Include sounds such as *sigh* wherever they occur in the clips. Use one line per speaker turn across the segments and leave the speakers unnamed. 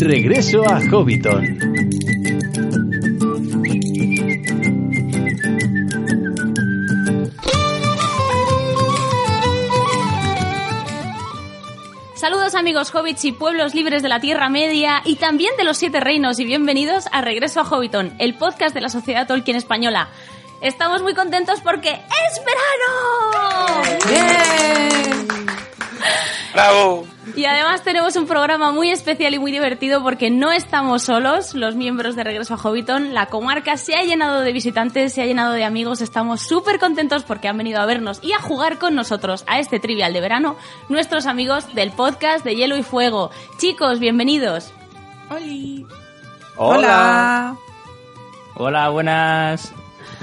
Regreso a Hobbiton.
Saludos amigos hobbits y pueblos libres de la Tierra Media y también de los Siete Reinos y bienvenidos a Regreso a Hobbiton, el podcast de la Sociedad Tolkien Española. Estamos muy contentos porque es verano.
¡Bravo!
Y además tenemos un programa muy especial y muy divertido porque no estamos solos, los miembros de Regreso a Hobbiton. La comarca se ha llenado de visitantes, se ha llenado de amigos. Estamos súper contentos porque han venido a vernos y a jugar con nosotros a este trivial de verano, nuestros amigos del podcast de Hielo y Fuego. Chicos, bienvenidos.
Oli.
Hola.
Hola, buenas.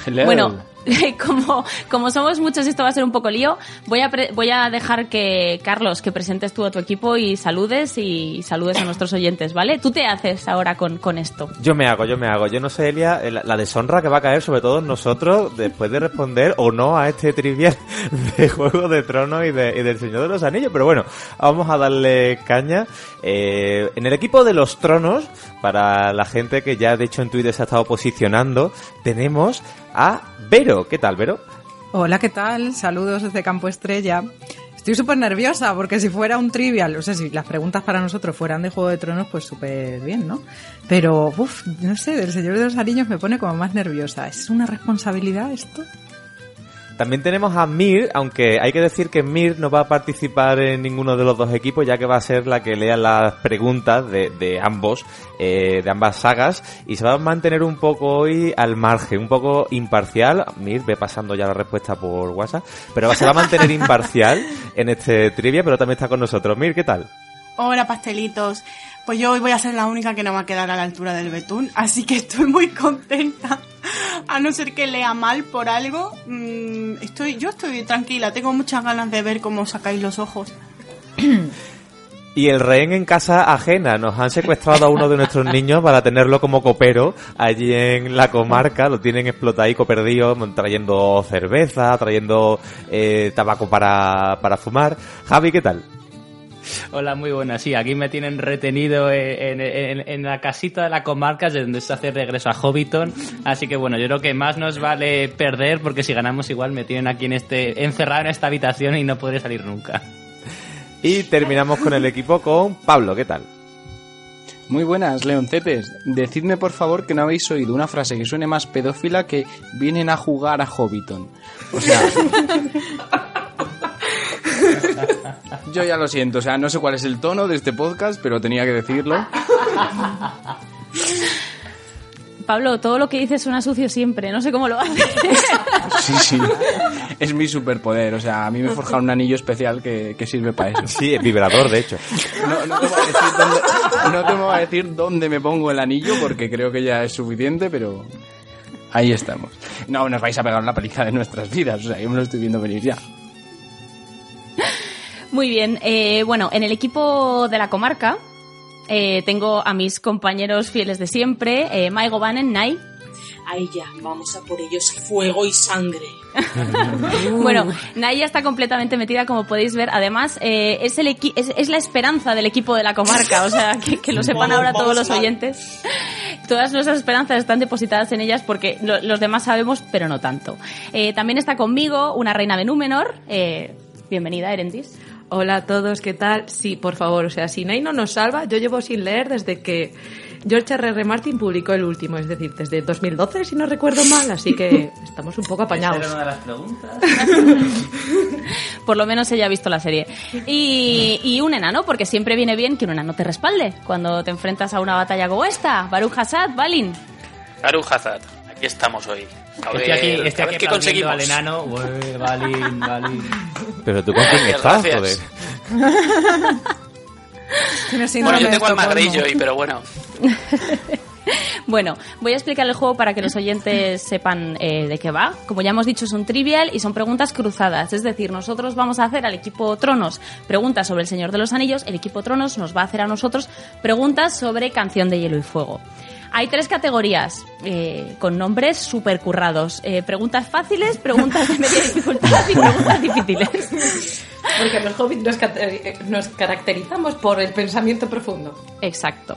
Hello.
Bueno, *laughs* como, como somos muchos y esto va a ser un poco lío, voy a, pre- voy a dejar que, Carlos, que presentes tú a tu equipo y saludes y saludes a nuestros oyentes, ¿vale? Tú te haces ahora con, con esto.
Yo me hago, yo me hago. Yo no sé, Elia, eh, la, la deshonra que va a caer sobre todos nosotros después de responder o no a este trivial *laughs* de Juego de Tronos y, de, y del Señor de los Anillos. Pero bueno, vamos a darle caña. Eh, en el equipo de los tronos, para la gente que ya de hecho en Twitter se ha estado posicionando, tenemos a Vero. ¿Qué tal, Vero?
Hola, ¿qué tal? Saludos desde Campo Estrella. Estoy súper nerviosa porque si fuera un trivial, o sea, si las preguntas para nosotros fueran de Juego de Tronos, pues súper bien, ¿no? Pero, uff, no sé, del Señor de los Anillos me pone como más nerviosa. ¿Es una responsabilidad esto?
También tenemos a Mir, aunque hay que decir que Mir no va a participar en ninguno de los dos equipos, ya que va a ser la que lea las preguntas de, de ambos, eh, de ambas sagas, y se va a mantener un poco hoy al margen, un poco imparcial. Mir, ve pasando ya la respuesta por WhatsApp, pero se va a mantener imparcial en este trivia, pero también está con nosotros. Mir, ¿qué tal?
Hola pastelitos. Pues yo hoy voy a ser la única que no va a quedar a la altura del betún, así que estoy muy contenta. A no ser que lea mal por algo, mm, estoy, yo estoy tranquila. Tengo muchas ganas de ver cómo sacáis los ojos.
Y el rehén en casa ajena. Nos han secuestrado a uno de nuestros niños para tenerlo como copero allí en la comarca. Lo tienen explotadico perdido, trayendo cerveza, trayendo eh, tabaco para, para fumar. Javi, ¿qué tal?
Hola, muy buenas. Sí, aquí me tienen retenido en, en- en- en la casita de la comarca de donde se hace regreso a Hobbiton. Así que bueno, yo creo que más nos vale perder porque si ganamos igual me tienen aquí en este encerrado en esta habitación y no podré salir nunca.
Y terminamos con el equipo con Pablo, ¿qué tal?
Muy buenas, Leoncetes. Decidme por favor que no habéis oído una frase que suene más pedófila que vienen a jugar a Hobbiton. O sea. *laughs* Yo ya lo siento, o sea, no sé cuál es el tono de este podcast, pero tenía que decirlo.
Pablo, todo lo que dices suena sucio siempre, no sé cómo lo haces.
Sí, sí. Es mi superpoder, o sea, a mí me forjaron un anillo especial que, que sirve para eso.
Sí, es vibrador, de hecho.
No, no te voy a decir dónde, *laughs* no te voy a decir dónde me pongo el anillo porque creo que ya es suficiente, pero ahí estamos. No, nos vais a pegar una paliza de nuestras vidas, o sea, yo me lo estoy viendo venir ya.
Muy bien, eh, bueno, en el equipo de la comarca eh, tengo a mis compañeros fieles de siempre, eh, Maigo Banen, Nai.
Ahí ya, vamos a por ellos fuego y sangre.
*laughs* Bueno, Nai ya está completamente metida, como podéis ver. Además, eh, es, el equi- es, es la esperanza del equipo de la comarca, o sea, que, que lo sepan
Vamos,
ahora todos
vamos,
los
Nai.
oyentes. Todas nuestras esperanzas están depositadas en ellas porque lo- los demás sabemos, pero no tanto. Eh, también está conmigo una reina de Númenor. eh, bienvenida, Erendis.
Hola a todos, ¿qué tal? Sí, por favor, o sea, si Ney no nos salva, yo llevo sin leer desde que George R.R. Martin publicó el último, es decir, desde 2012, si no recuerdo mal, así que estamos un poco *laughs*
Pues
Esa era una de las preguntas.
Por lo menos ella ha visto la serie. Y, y un enano, porque siempre viene bien que un enano te respalde cuando te enfrentas a una batalla como esta. Baruch Hassad, Balin.
Haru Hazard, aquí estamos hoy. A ver,
Estoy aquí,
a
estoy aquí
ver qué
aplaudiendo
conseguimos.
al enano. Ué, Balín, Balín.
Pero tú con quién
Gracias,
estás,
gracias.
joder.
Bueno, yo tengo al Magrillo hoy, pero bueno.
Bueno, voy a explicar el juego para que los oyentes sepan eh, de qué va. Como ya hemos dicho, es un trivial y son preguntas cruzadas. Es decir, nosotros vamos a hacer al equipo Tronos preguntas sobre el Señor de los Anillos, el equipo Tronos nos va a hacer a nosotros preguntas sobre Canción de Hielo y Fuego. Hay tres categorías eh, con nombres súper currados. Eh, preguntas fáciles, preguntas de media dificultad y preguntas difíciles.
Porque los hobbits nos, cate- eh, nos caracterizamos por el pensamiento profundo.
Exacto.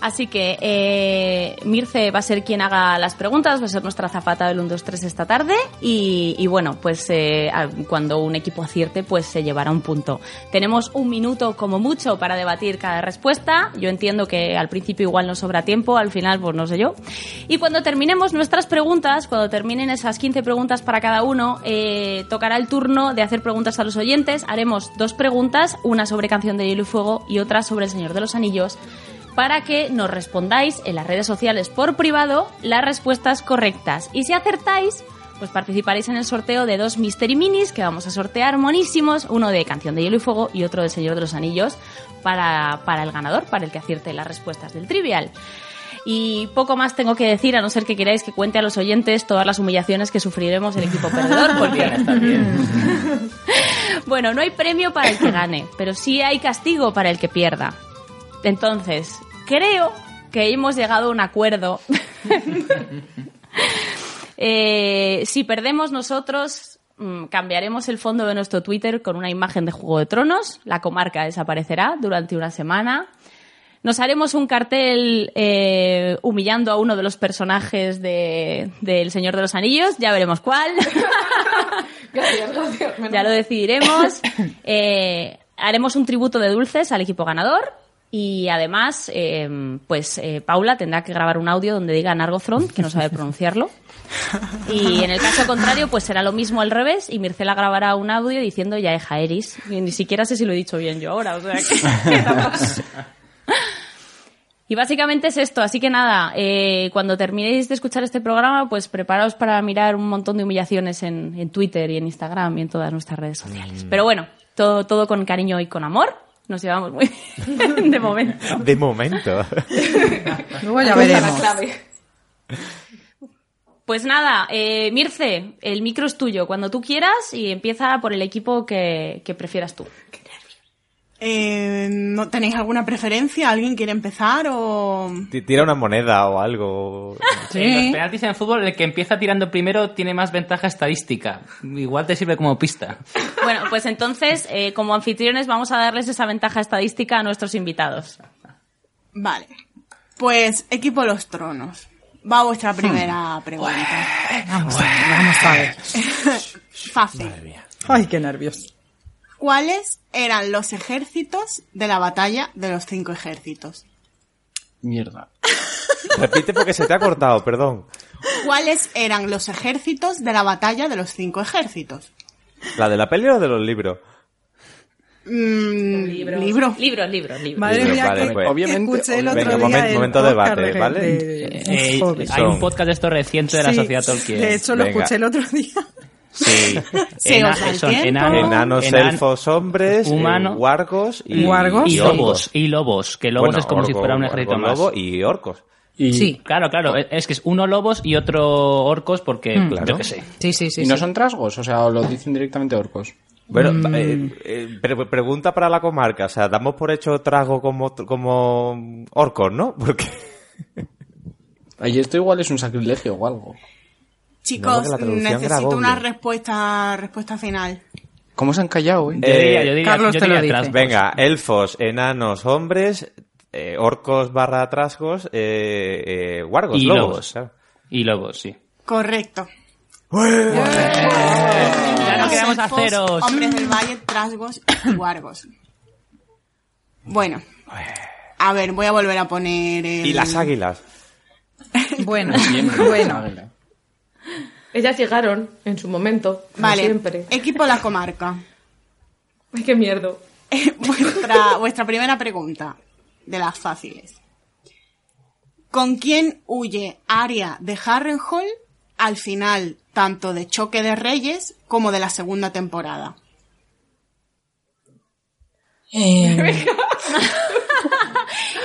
Así que eh, Mirce va a ser quien haga las preguntas, va a ser nuestra zafata del 1, 2, 3 esta tarde. Y, y bueno, pues eh, a- cuando un equipo acierte, pues se llevará un punto. Tenemos un minuto como mucho para debatir cada respuesta. Yo entiendo que al principio igual nos sobra tiempo, al final pues no sé yo. Y cuando terminemos nuestras preguntas, cuando terminen esas 15 preguntas para cada uno, eh, tocará el turno de hacer preguntas a los oyentes. Haremos dos preguntas, una sobre Canción de Hielo y Fuego y otra sobre El Señor de los Anillos para que nos respondáis en las redes sociales por privado las respuestas correctas. Y si acertáis, pues participaréis en el sorteo de dos Mystery Minis que vamos a sortear monísimos, uno de Canción de Hielo y Fuego y otro de Señor de los Anillos para, para el ganador, para el que acierte las respuestas del trivial. Y poco más tengo que decir, a no ser que queráis que cuente a los oyentes todas las humillaciones que sufriremos el equipo perdedor, porque
Bien, está bien.
bueno, no hay premio para el que gane, pero sí hay castigo para el que pierda. Entonces, creo que hemos llegado a un acuerdo. Eh, si perdemos nosotros, mm, cambiaremos el fondo de nuestro Twitter con una imagen de Juego de Tronos. La comarca desaparecerá durante una semana. Nos haremos un cartel eh, humillando a uno de los personajes de, del Señor de los Anillos. Ya veremos cuál.
*laughs* Gracias, gracias. Menos
Ya
*coughs*
lo decidiremos. Eh, haremos un tributo de dulces al equipo ganador. Y además, eh, pues eh, Paula tendrá que grabar un audio donde diga Nargothrond, que no sabe pronunciarlo. Y en el caso contrario, pues será lo mismo al revés. Y Mircela grabará un audio diciendo ya es Jaeris. Y Ni siquiera sé si lo he dicho bien yo ahora. O sea
*laughs*
que estamos- Y básicamente es esto, así que nada, eh, cuando terminéis de escuchar este programa, pues preparaos para mirar un montón de humillaciones en, en Twitter y en Instagram y en todas nuestras redes sociales. Pero bueno, todo, todo con cariño y con amor, nos llevamos muy *laughs* bien de momento.
De momento.
Luego
mal, esa
ya
es
veremos.
La clave.
Pues nada, eh, Mirce, el micro es tuyo, cuando tú quieras y empieza por el equipo que, que prefieras tú.
Eh, ¿no ¿Tenéis alguna preferencia? ¿Alguien quiere empezar o...?
T- Tira una moneda o algo.
En los penaltis en fútbol, el que empieza tirando primero tiene más ventaja estadística. Igual te sirve como pista.
Bueno, pues entonces, eh, como anfitriones, vamos a darles esa ventaja estadística a nuestros invitados.
Vale. Pues equipo Los Tronos. Va vuestra primera pregunta.
Vamos, a ver, vamos a ver.
*laughs* Fácil.
Ay, qué nervios.
¿Cuáles eran los ejércitos de la batalla de los cinco ejércitos?
Mierda.
Repite porque se te ha cortado, perdón.
¿Cuáles eran los ejércitos de la batalla de los cinco ejércitos?
¿La de la peli o de los libros?
Mm,
Libro.
libro.
Libros, libros, libros.
Madre
Libro,
mía,
vale,
que,
pues.
que
Obviamente,
escuché el otro
venga,
día
momento-
el
momento de
podcast
debate, ¿vale?
de- de-
Eh,
los hobbits.
hay un
Son-
podcast de esto reciente de la
Sí,
sociedad Tolkien.
De hecho, lo
Venga.
escuché el otro día.
sí.
*laughs*
Se
Ena-
os da el
son
tiempo.
enanos,
Enanos,
enan-
elfos, hombres,
*laughs* humano-
eh, huargos y,
Huargos.
y
y orcos.
lobos. Y lobos, que lobos
Bueno,
es como si
orco,
fuera un
huargo,
ejército más.
lobo y orcos.
Y,
Claro, claro, es que es uno lobos y otro orcos porque,
Claro.
yo qué sé.
Hmm. Sí, sí, sí.
y no
sí.
son trasgos, o sea, lo dicen directamente orcos.
Bueno,
Mm.
eh, eh, pre- pregunta para la comarca. O sea, damos por hecho trago como, como orcos, ¿no? Porque
Ahí esto igual es un sacrilegio o algo.
Chicos,
que la traducción era
necesito
agobio.
una respuesta, respuesta final.
¿Cómo se han callado, eh?
Yo diría, yo diría,
Carlos
yo
te lo
diría
dice.
trasgos.
Venga, elfos, enanos, hombres, eh, orcos barra trasgos, eh, eh, huargos,
Y
lobos.
lobos.
claro.
Y lobos, sí.
Correcto.
Ya no
Los
quedamos a
elfos,
ceros.
Hombres del Valle, Trasgos y Guargos. Bueno. A ver, voy a volver a poner el...
Y las águilas.
Bueno,
Siempre.
bueno.
Ellas llegaron en su momento, como
Vale.
siempre.
Equipo La Comarca.
Ay, qué
*laughs*
mierda.
vuestra, Ah, vuestra primera pregunta, de las fáciles. ¿Con quién huye Aria de Harrenhal al final tanto de Choque de Reyes como de la segunda temporada?
Eh,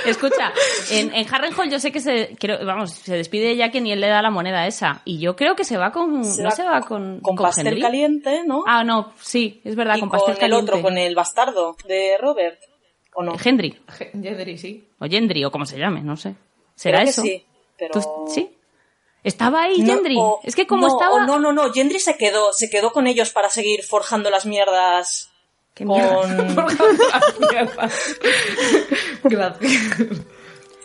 Escucha, en, en Harrenhal yo sé que se, creo- vamos, se despide ya que ni él le da la moneda esa. Y yo creo que se va con, Mm, no se va con,
con, pastel
Henry.
caliente, ¿no?
Ah, no, sí, es verdad,
y
con
con,
pastel
el
caliente.
otro, con el bastardo de Robert. ¿O no?
Henry,
Je- Yedri, sí.
o Gendry, o como se llame, no sé. ¿Será
Creo que
eso?
sí. pero...
¿Tú- ¿Sí? ¿Estaba ahí
No,
Gendry?
o-
es que como
no,
estaba...
o No, no, no, Gendry se quedó, se quedó con ellos para seguir forjando las mierdas
¿Qué mierda?
*laughs*
con...
*laughs*
Por
Gracias.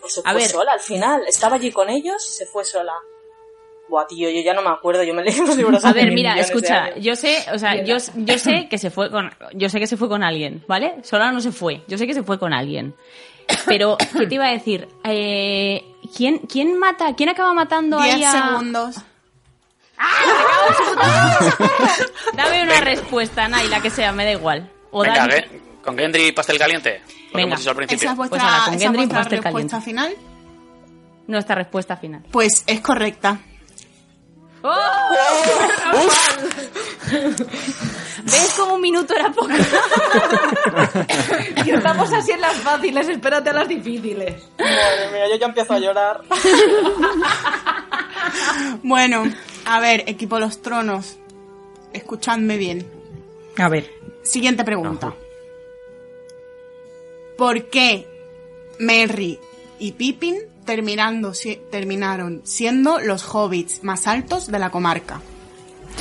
se
A
fue
ver.
sola al final, estaba allí con ellos, se fue sola. Buah, tío, yo ya no me acuerdo, yo me leí los libros
A
hace
ver,
mil
mira,
millones de
escucha,
años.
yo sé, o sea, yo, yo sé que se fue con, yo sé que se fue con alguien, ¿vale? Sola no se fue, yo sé que se fue con alguien. Pero, ¿qué te iba a decir? Eh, ¿quién, ¿Quién mata, quién acaba matando ahí
10
a...
segundos.
Dame una respuesta, Nay, la que sea, me da igual. O
Venga,
dale-
¿qué? con Gendry y pastel caliente. Lo que
Venga.
hemos dicho al
Esa
principio.
es vuestra,
Pues ala, con
esa es
Gendry,
vuestra
pastel
respuesta
caliente.
final.
nuestra respuesta final.
Pues es *laughs* correcta.
¡Oh! *laughs* ¿Ves como un minuto era poco?
Y estamos así en las fáciles, espérate a las difíciles.
Madre mía, yo ya empiezo a llorar.
Bueno, a ver, equipo Los Tronos, escuchadme bien.
A ver,
Siguiente pregunta. ¿Por qué Merry y Pippin terminando, si- terminaron siendo los hobbits más altos de
*laughs*
la comarca?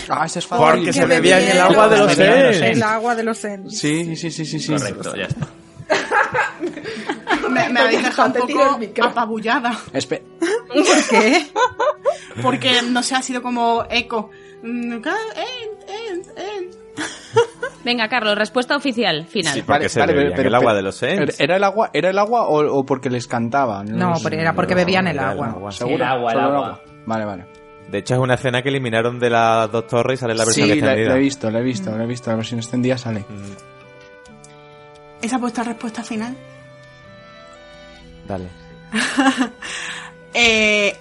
Ah, ese es
Porque
fácil.
se bebían el agua de los
bebían los
seres.
el agua de los Ents.
Sí, sí, sí, sí, sí.
Correcto, ya está.
Me, me habéis dejado
Te tiro el
un poco
micro.
apabullada.
Espe-
*laughs* Porque, no sé, ha sido como eco. Mm, ca- Ent, Ent, Ent.
Venga, Carlos, respuesta oficial, final.
Sí. Porque se bebían el agua de los Ents.
¿Era el agua, era el agua o, o porque les cantaba?
No,
sé.
pero era porque bebían el
Era
agua.
¿Seguro?
El agua, el
Solo
agua.
Vale, vale.
De hecho, es una escena que eliminaron de las dos torres y sale la
sí,
versión
la, la
extendida.
he visto, la he visto, la he visto. La versión extendida sale.
Esa es vuestra respuesta final.
Dale.
Eh,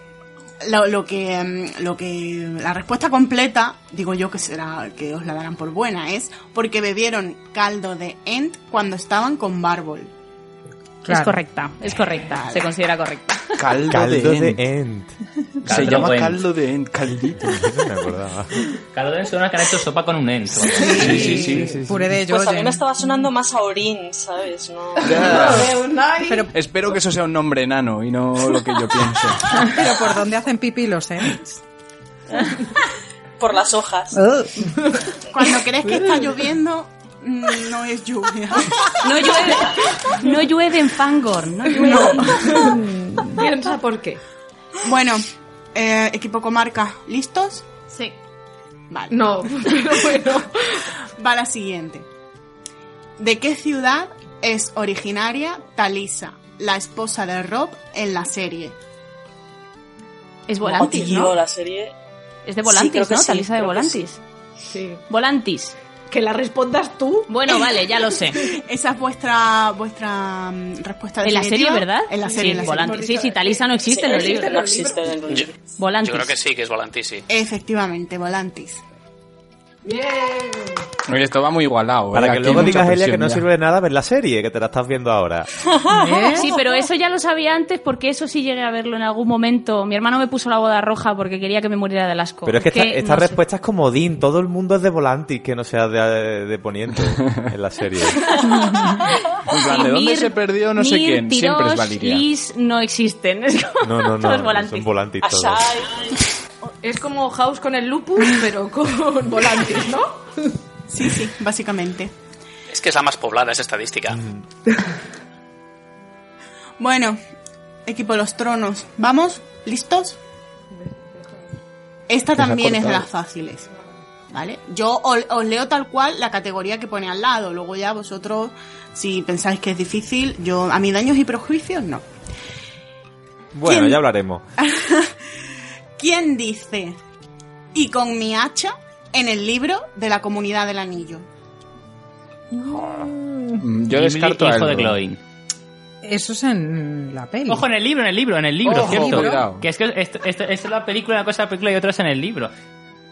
lo, lo que mm, lo que la respuesta completa digo yo que será que os la darán por buena es porque bebieron caldo de Ent cuando estaban con Bárbol.
Es
Claro.
correcta, es correcta, se considera correcta.
Caldo,
Caldo de
Ent.
End.
Se
Caldo
llama
Ent.
caldo de Ent, *laughs* caldito.
No me acordaba.
Cada vez suena que han hecho sopa con un ento.
Sí, sí, sí.
Puré de
Pues a mí
Jojen.
me estaba sonando más a Orín, ¿sabes? No...
Pero,
Espero que eso sea un nombre enano y no lo que yo pienso.
*laughs* pero ¿por dónde hacen pipí los Ents?
Por las hojas.
Cuando crees que está lloviendo mm, no es lluvia.
No llueve, no llueve en Fangorn, no llueve.
Piensa por qué.
Bueno, eh, equipo comarca, listos.
Sí.
Vale, *laughs*
No, pero bueno.
va la siguiente. ¿De qué ciudad es originaria Talisa, la esposa de Rob en la serie?
Es
Oh,
Volantis,
tío,
¿no?
la serie...
Es de
Sí, creo
Volantis,
que
¿no?
sí,
Talisa de
creo que
Volantis.
Sí.
Volantis.
Que la respondas tú.
Bueno, vale, ya lo sé.
*laughs* Esa es vuestra vuestra mm, respuesta
En la
definitiva.
serie, ¿verdad?
En la
Sí,
serie, en la serie.
Volantis. Sí, sí,
Ah,
Talisa no existe en
no
los
existe,
libros.
no existe en los
Yo,
libros.
Volantis.
yo creo que sí, que es Volantis, sí.
Efectivamente, Volantis.
Bien.
Oye, esto va muy igualado. ¿eh?
Para que
Aquí
luego
hay mucha
digas, Elia, que
presión
no
ya.
sirve de nada ver la serie, que te la estás
*laughs*
viendo ahora.
Eh,
¿Eh?
Sí, pero eso ya lo sabía antes porque eso sí llegué a verlo en algún momento. Mi hermano me puso la boda roja porque quería que me muriera del asco.
Pero es que esta, esta
no sé.
respuesta es comodín. Todo el mundo es de Volantis, que no sea de,
*laughs*
de Poniente en la serie.
En plan,
Sí,
¿De dónde
Mir-
se perdió no sé
Mir,
quién? Siempre es
Tirosh,
Valiria.
Lis no existen. *laughs* Es como
No, no,
todos
no.
Volantis.
Son Volantis todos.
Ashai.
Es como House con el lupus, pero con volantes, ¿no?
Sí, sí, básicamente.
Es que es la más poblada, es estadística.
Mm.
*laughs* Bueno, equipo de los tronos. ¿Vamos? ¿Listos? Esta
Nos ha
también es de
cortado.
las fáciles. ¿Vale? Yo ol- os, leo tal cual la categoría que pone al lado. Luego ya vosotros, si pensáis que es difícil, yo a mis daños y prejuicios no.
Bueno,
¿Quién?
ya hablaremos.
¿Quién dice? Y con mi hacha en el libro de la comunidad del anillo.
Mm, Yo
Gimli,
descarto
hijo
algo.
de Cloin.
Eso es en la peli.
Ojo, en el libro, en el libro, en el libro,
Ojo,
cierto.
cuidado.
Que es que esto, esto- esto es la película, una cosa es la película y otra es en el libro.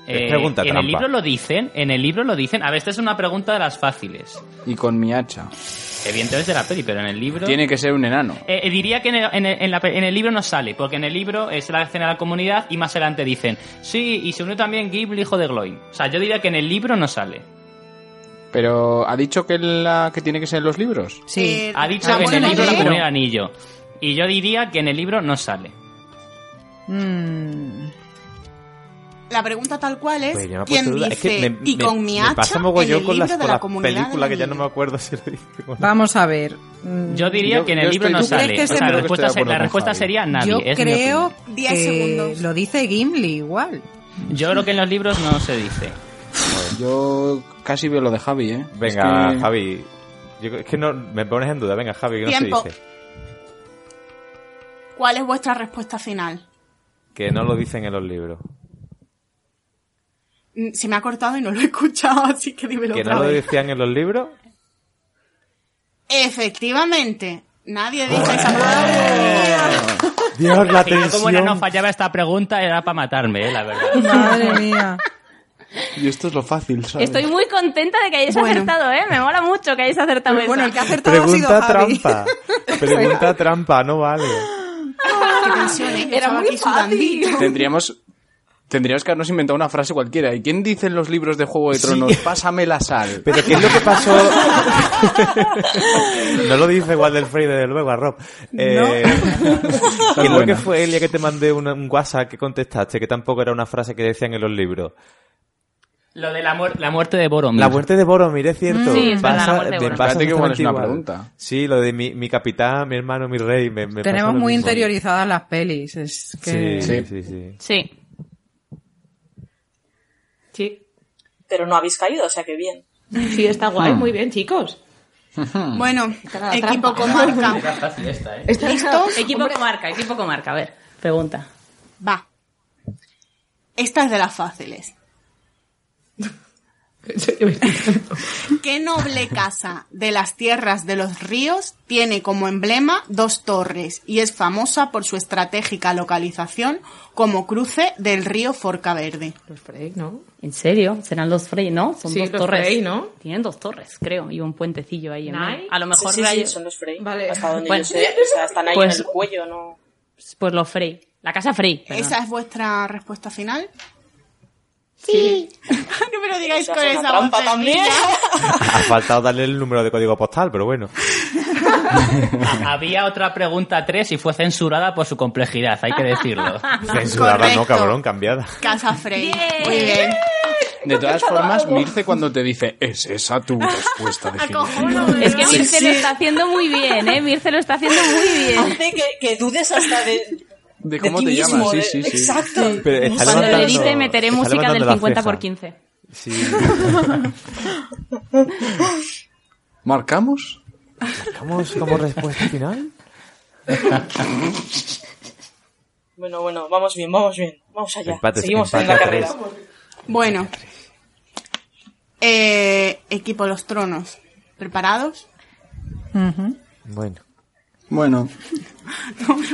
Eh,
Es pregunta
en
trampa.
el libro lo dicen, en el libro lo dicen. A ver, esta es una pregunta de las fáciles.
Y con mi hacha.
Evidentemente es de la peli, pero en el libro.
Tiene que ser un enano.
Eh, eh, diría que en el, en el- en la pe- en el libro no sale, porque en el libro es la escena de la comunidad y más adelante dicen, sí, y se unió también Ghibli, hijo de Gloin. O sea, yo diría que en el libro no sale.
Pero ha dicho que, la, que tiene que ser en los libros.
Sí. Ah,
Eh,
Ha dicho
la
que ah, en el
buena
libro la
idea.
comunidad del anillo. Y yo diría que en el libro no sale.
Mm,
La pregunta tal cual es,
Pues yo me he puesto
¿quién
duda.
dice,
Es que me-
y
me-
con mi
me
hacha,
pasa
en
mogollón
el
con las,
libro de
con
la
las
comunidad
películas que
del
ya no me
libro?
acuerdo si lo dice o no.
vamos a ver. Mm,
Yo diría
Yo-
que en el
yo
libro
estoy-
no
¿Tú
crees
sale.
que se-
O sea,
creo
la
que
respuesta,
estoy de
se- la
acuerdo con
respuesta
Javi.
sería nadie.
yo
es mi
creo
opinión.
Diez
que
segundos.
lo dice Gimli igual.
Yo creo que en los libros no se dice.
Yo casi veo lo de Javi, ¿eh?
Venga,
Es que-
Javi. Yo, creo- es que no, me pones en duda. Venga, Javi, que no
Tiempo.
se dice.
¿Cuál es vuestra respuesta final?
Que no lo dicen en los libros.
Mm, Se me ha cortado y no lo he *laughs* escuchado, así que dímelo
Que
otra
no lo
vez.
decían en los libros.
Efectivamente,
*laughs*
nadie dice esa palabra.
Dios, la
Que yo como era no
tensión.
fallaba esta pregunta, era para matarme, eh, la verdad.
Madre mía.
Y esto es lo fácil, ¿sabes?
*laughs* Estoy muy contenta de que hayáis
Bueno.
acertado, ¿eh? Me mola mucho que hayáis acertado eso.
Bueno, el que ha acertado ha sido
Pregunta
Javi.
*laughs*
trampa. Pregunta trampa, no vale.
Qué tensión, ¿eh? Yo
Ah, Era
estaba
muy
aquí sudandito.
fácil.
Tendríamos... Tendríamos que habernos inventado una frase cualquiera. ¿Y quién dice en los libros de Juego de Tronos, pásame la sal?
Pero ¿qué es lo que pasó? no lo dice Waldelfrey desde luego a Rob. Eh, ¿Qué es lo que
buena.
fue el día que te mandé una- un WhatsApp que contestaste? Que tampoco era una frase que decían en los libros.
Lo de la, muer- la muerte de Boromir.
La muerte de Boromir, es cierto.
Sí, es verdad, la muerte de
me
Boromir.
pasa
Espérate que igual
exactamente
es una
igual.
pregunta.
Sí, lo de mi, mi capitán, mi hermano, mi rey. me- me
Tenemos
pasa lo
muy
mismo.
interiorizadas las pelis. Es que...
Sí, sí, sí. sí.
Sí.
Sí,
Pero no habéis caído, o sea que bien.
sí, está guay, muy bien, chicos.
Bueno,
Cara de
equipo
trampa.
comarca.
fácil esta, ¿eh?
Está-
*laughs* Equipo comarca, equipo comarca. A ver, pregunta.
Va. Esta es de las fáciles. ¿Qué noble casa de las tierras de los ríos tiene como emblema dos torres y es famosa por su estratégica localización como cruce del río Forcaverde?
Los Frey, ¿no?
¿En serio? ¿Serán los Frey, no? Son
Sí,
dos
los
torres.
Frey, ¿no?
Tienen dos torres, creo, y un puentecillo ahí. en
Nine.
medio. A lo
Sí,
mejor
sí,
la-
sí, son los Frey.
Vale.
Hasta donde
Bueno.
yo sé. O sea, están ahí
Pues-
en el cuello, ¿no?
pues los Frey. La casa Frey. perdón.
¿Esa es vuestra respuesta final? Sí. no me lo digáis
Se
con
hace una
esa
trampa
voz de
también.
niña.
Ha faltado darle el número de código postal, pero bueno.
Había otra pregunta 3 y fue censurada por su complejidad, hay que
*laughs*
decirlo.
Ah,
Censurada, no,
Correcto.
cabrón, cambiada.
Casa Frey.
Bien.
Muy bien.
De todas formas, Mirce cuando te dice, ¿es esa tu respuesta definitiva?
Acojóname,
Es que
¿no?
Mirce lo está haciendo muy bien, ¿eh? Mirce lo está haciendo muy bien.
Hace que, que dudes hasta de, ¿eh?
¿De
de
cómo
ti
te
mismo.
llamas? Sí,
de-
sí, sí.
Exacto.
Pero está
Cuando le
levantando-
edite meteré
está
música
levantando
del
la
50 por
ceja.
15.
Sí. *laughs*
¿Marcamos?
¿Marcamos como respuesta final?
Bueno, bueno, vamos bien, vamos bien. Vamos allá.
Empate,
Seguimos en
empate
la
a
carrera.
tres.
Bueno. Eh, equipo Los Tronos. ¿Preparados?
Ujú.
Bueno.
Bueno.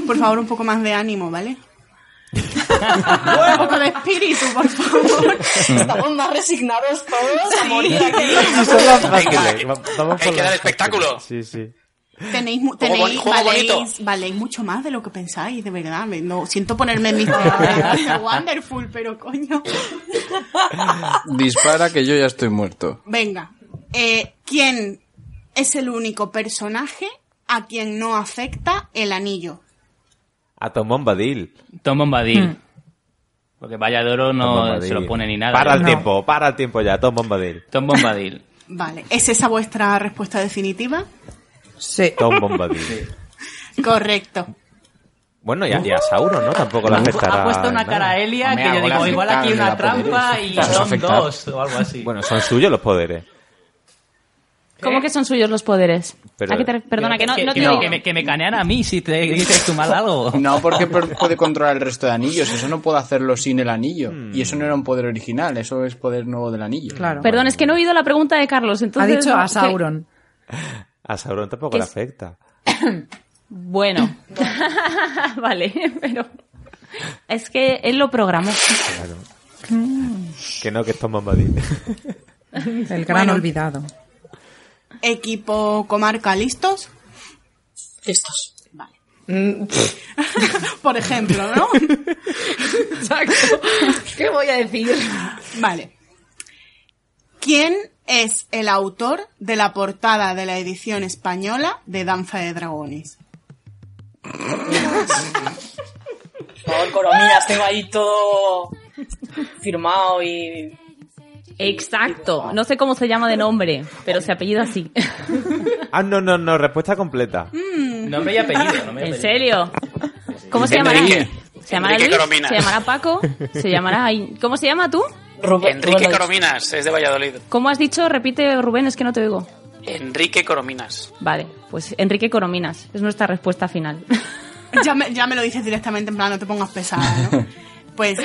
Por favor, un poco más de ánimo, ¿vale? un poco de espíritu, por favor.
Estamos más resignados todos a morir aquí.
fáciles.
Vamos
Hay
por
que dar
las
espectáculo.
fáciles. Sí, sí.
Tenéis, mu-
Juego
tenéis
boni- juego
valéis,
bonito.
valéis mucho más de lo que pensáis, de verdad. Me- No, siento ponerme
*laughs*
en mis de Wonderful, pero coño.
Dispara que yo ya estoy muerto.
Venga. Eh, ¿Quién es el único personaje a quien no afecta el anillo?
A Tom Bombadil.
Tom Bombadil.
Mm.
Porque vaya de oro
Tom
no
Bombadil.
se lo pone ni nada.
Para el
¿eh?
tiempo, para el tiempo ya, Tom Bombadil.
Tom Bombadil.
Vale. ¿Es esa vuestra respuesta definitiva?
Sí.
Tom Bombadil.
Correcto.
Bueno, y a, y a Sauron, ¿no? Tampoco le afectará.
Ha puesto una
nada.
cara a Elia
Hombre,
que yo
hago la
digo, igual
afectada,
aquí
me
una
da poderes.
trampa y
Vas a
son
afectar.
dos o algo así.
Bueno, son suyos los poderes.
¿Cómo que son suyos los poderes?
Pero-
¿A qué te ref- Perdona, que no, no te
que,
digo.
que me, que me canean a mí si te dices tú mal algo.
No, porque per- puede controlar el resto de anillos. Eso no puedo hacerlo sin el anillo.
Hmm.
Y eso no era un poder original, eso es poder nuevo del anillo.
Claro.
Perdón, es que no he oído la pregunta de Carlos.
ha
Entonces,
dicho
no,
a
que-
Sauron.
A Sauron tampoco
Que
le
es-
afecta.
Bueno, *laughs* vale, pero es que él lo programó.
Que no, que es Tom Bombadil. *laughs*
El gran
Bueno.
olvidado.
Equipo comarca, ¿listos?
Listos.
Vale. *laughs* Por ejemplo, ¿no?
*laughs* Exacto. ¿Qué voy a decir?
Vale. ¿Quién es el autor de la portada de la edición española de Danza de Dragones?
Por Corominas, tengo ahí todo firmado y...
Exacto. No sé cómo se llama de nombre, pero se apellida así.
Ah, no, no, no, respuesta completa.
Mm. Nombre y apellido, nombre y
¿En
apellido.
serio? ¿Cómo se llamará?
Enrique.
¿Se llamará
Enrique
Luis?
Coromina.
¿Se llamará Paco? ¿Se llamará... ¿Cómo se llama tú?
Rubén-
Enrique
Rubén-
Corominas, es de Valladolid.
¿Cómo has dicho? Repite, Rubén, es que no te oigo.
Enrique Corominas.
Vale, pues Enrique Corominas. Es nuestra respuesta final.
*laughs* Ya me, ya me
*laughs*
lo dices directamente, en plan, no te pongas pesada,
*laughs*
¿no? Pues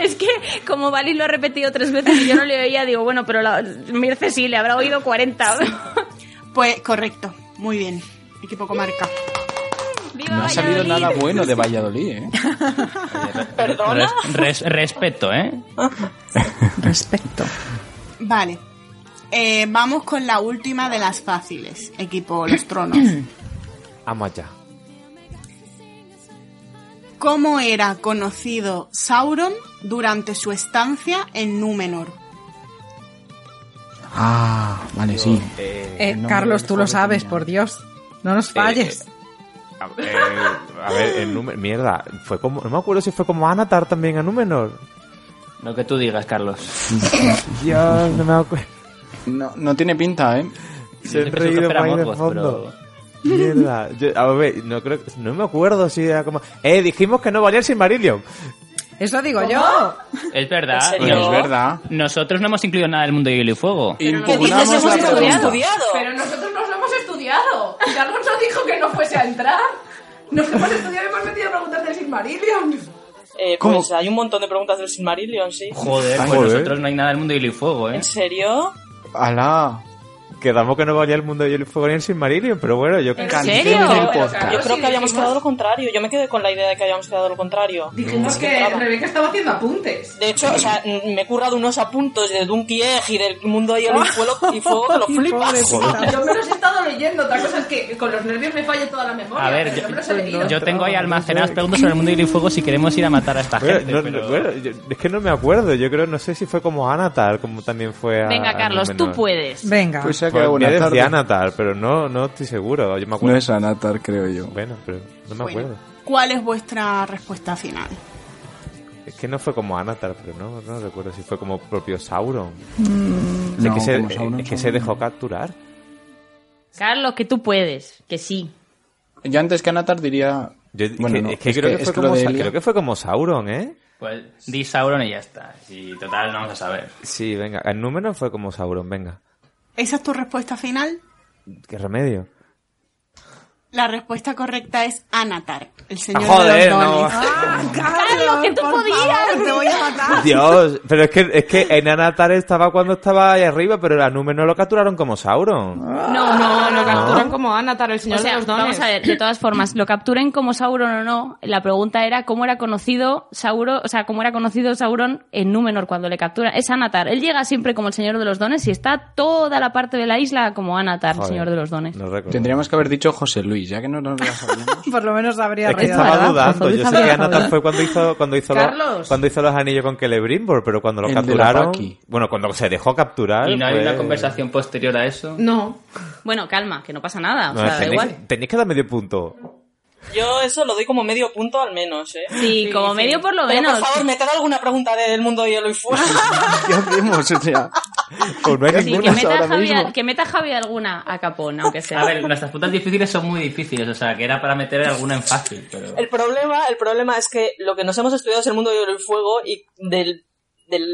Es que como Valis lo ha repetido tres veces y yo no le oía, digo, bueno, pero la, Mirce sí, le habrá oído 40.
Pues correcto, muy bien. Equipo comarca.
¡Viva
No ha salido
Valladolid!
nada bueno de Valladolid, ¿eh?
¿Perdona?
Res- respeto, ¿eh?
Respecto.
Vale. Eh, vamos con la última de las fáciles, equipo Los Tronos.
Vamos allá.
¿Cómo era conocido Sauron durante su estancia en Númenor?
Ah, vale, sí.
Eh, Carlos, tú lo sabes, por Dios. No
Eh,
nos falles.
A, eh, a ver, el número. Mierda, fue como. No me acuerdo si fue como Anatar también a Númenor.
Lo que tú digas, Carlos.
*laughs*
Dios, no me acuerdo.
No, no tiene pinta, ¿eh?
Se
Yo
han
pensé que
reído
fuera
para ahí de
Morgoth,
fondo. Mierda. Yo- a ver, no creo. No me acuerdo si era como. Eh, dijimos que no valía el Silmarillion.
Eso digo yo.
Es verdad.
¿En serio?
Bueno,
Yo-
es verdad.
Nosotros no hemos incluido nada del mundo de hielo y fuego.
¿Qué dices?
Impugnamos
Hemos
la
estudiado.
pregunta.
estudiado.
Pero nosotros nos lo hemos estudiado. Carlos nos dijo que no fuese a entrar. Nos hemos estudiado y hemos metido preguntas del Silmarillion.
Eh,
¿Cómo?
Pues hay un montón de preguntas del Silmarillion, sí.
Joder, pues
Joder.
nosotros no hay nada del mundo de hielo y fuego, ¿eh?
¿En serio?
Alá.
Quedamos que no valía el mundo de hielo y fuego ni el Silmarillion, pero bueno, yo creo que.
Canción
serio?
del
Pero,
podcast.
Yo
Claro,
creo
sí,
que habíamos
dijimos-
quedado lo contrario. Yo me quedé con la idea de que habíamos quedado lo contrario.
Dijimos que
entraba.
Rebeca estaba haciendo apuntes.
De hecho, o sea, me he currado unos apuntes de Dunkieg y del mundo y el
Ah.
fuego, y fuego
*laughs*
que lo flipas.
Yo me los he estado leyendo. Otra cosa es que con los nervios me falla toda la memoria.
A ver,
pero
yo,
me los he leído.
yo tengo ahí almacenadas preguntas sobre el mundo de hielo y fuego si queremos ir a matar a esta
Bueno,
gente.
no-
pero-
no- bueno, yo- es que no me acuerdo. Yo creo, no sé si fue como Anatar, como también fue. a-
Venga,
a
Carlos, tú
Númenor.
puedes.
Venga.
Pues se ha
Pues
quedado
voy a
buena
decir
tarde.
Anatar, pero no, no estoy seguro. Yo me acuerdo.
No es Anatar, creo yo.
Bueno, pero no me
Bueno,
acuerdo.
¿Cuál es vuestra respuesta final?
Es que no fue como Anatar, pero no, no recuerdo si fue como propio Sauron. Es
Mm, No,
que se,
como Sauron,
es que se
Sauron.
dejó capturar.
Carlos, que tú puedes, que sí.
Yo antes que Anatar diría...
Yo-
bueno,
que-
no,
es que, creo, que,
es
fue
que
como,
lo de
Sa-
Elia-
creo que fue como Sauron, ¿eh?
Pues di Sauron y ya está. Y total, no vamos a saber.
Sí, venga. El número fue como Sauron, venga.
¿Esa es tu respuesta final?
¿Qué remedio?
La respuesta correcta es Anatar, el señor
Joder,
de los
no.
dones.
Carlos, que tú
por
podías.
favor, te voy a matar.
Dios, pero es que, es que en Anatar estaba cuando estaba ahí arriba, pero a Númenor lo capturaron como Sauron.
No, no, lo
capturan
como Anatar, el
Ah. O sea, vamos a ver, de todas formas, lo capturen como Sauron o no, la pregunta era cómo era conocido Sauron, o sea, cómo era conocido Sauron en Númenor cuando le capturan. Es Anatar. Él llega siempre como el Señor de los Dones y está toda la parte de la isla como Anatar, el
*laughs*
Joder,
Señor de los Dones.
No recuerdo.
Tendríamos que haber dicho José Luis, ya que no nos lo sabíamos.
Por lo menos habría
Es que
reído.
estaba
Ah,
¿verdad?
pues
dudando.
José
Yo
Luis
sé que
Abraham,
Anatar
¿verdad?
fue cuando hizo, cuando hizo, los,
Carlos.
cuando hizo los anillos con Celebrimbor, pero cuando lo
El de la
capturaron.
Paqui.
Bueno, cuando se dejó capturar.
Y no hay
fue-
una conversación posterior a eso.
No.
Bueno, calma, que no pasa nada, o
No,
sea, da
tenéis,
igual.
tenéis que dar medio punto.
Yo eso lo doy como medio punto al menos, ¿eh?
Sí, como medio por lo
Pero
menos.
por favor, meted alguna pregunta de- del mundo de hielo y fuego.
*laughs* ¿Qué hacemos? O sea,
O no hay
Sí, que
ninguna.
meta,
ahora
Javi,
mismo.
que meta Javi alguna a Capón, aunque sea.
A ver, nuestras puntas difíciles son muy difíciles, o sea, que era para meter alguna en fácil, pero...
El problema, el problema es que lo que nos hemos estudiado es el mundo de hielo y fuego y del, del,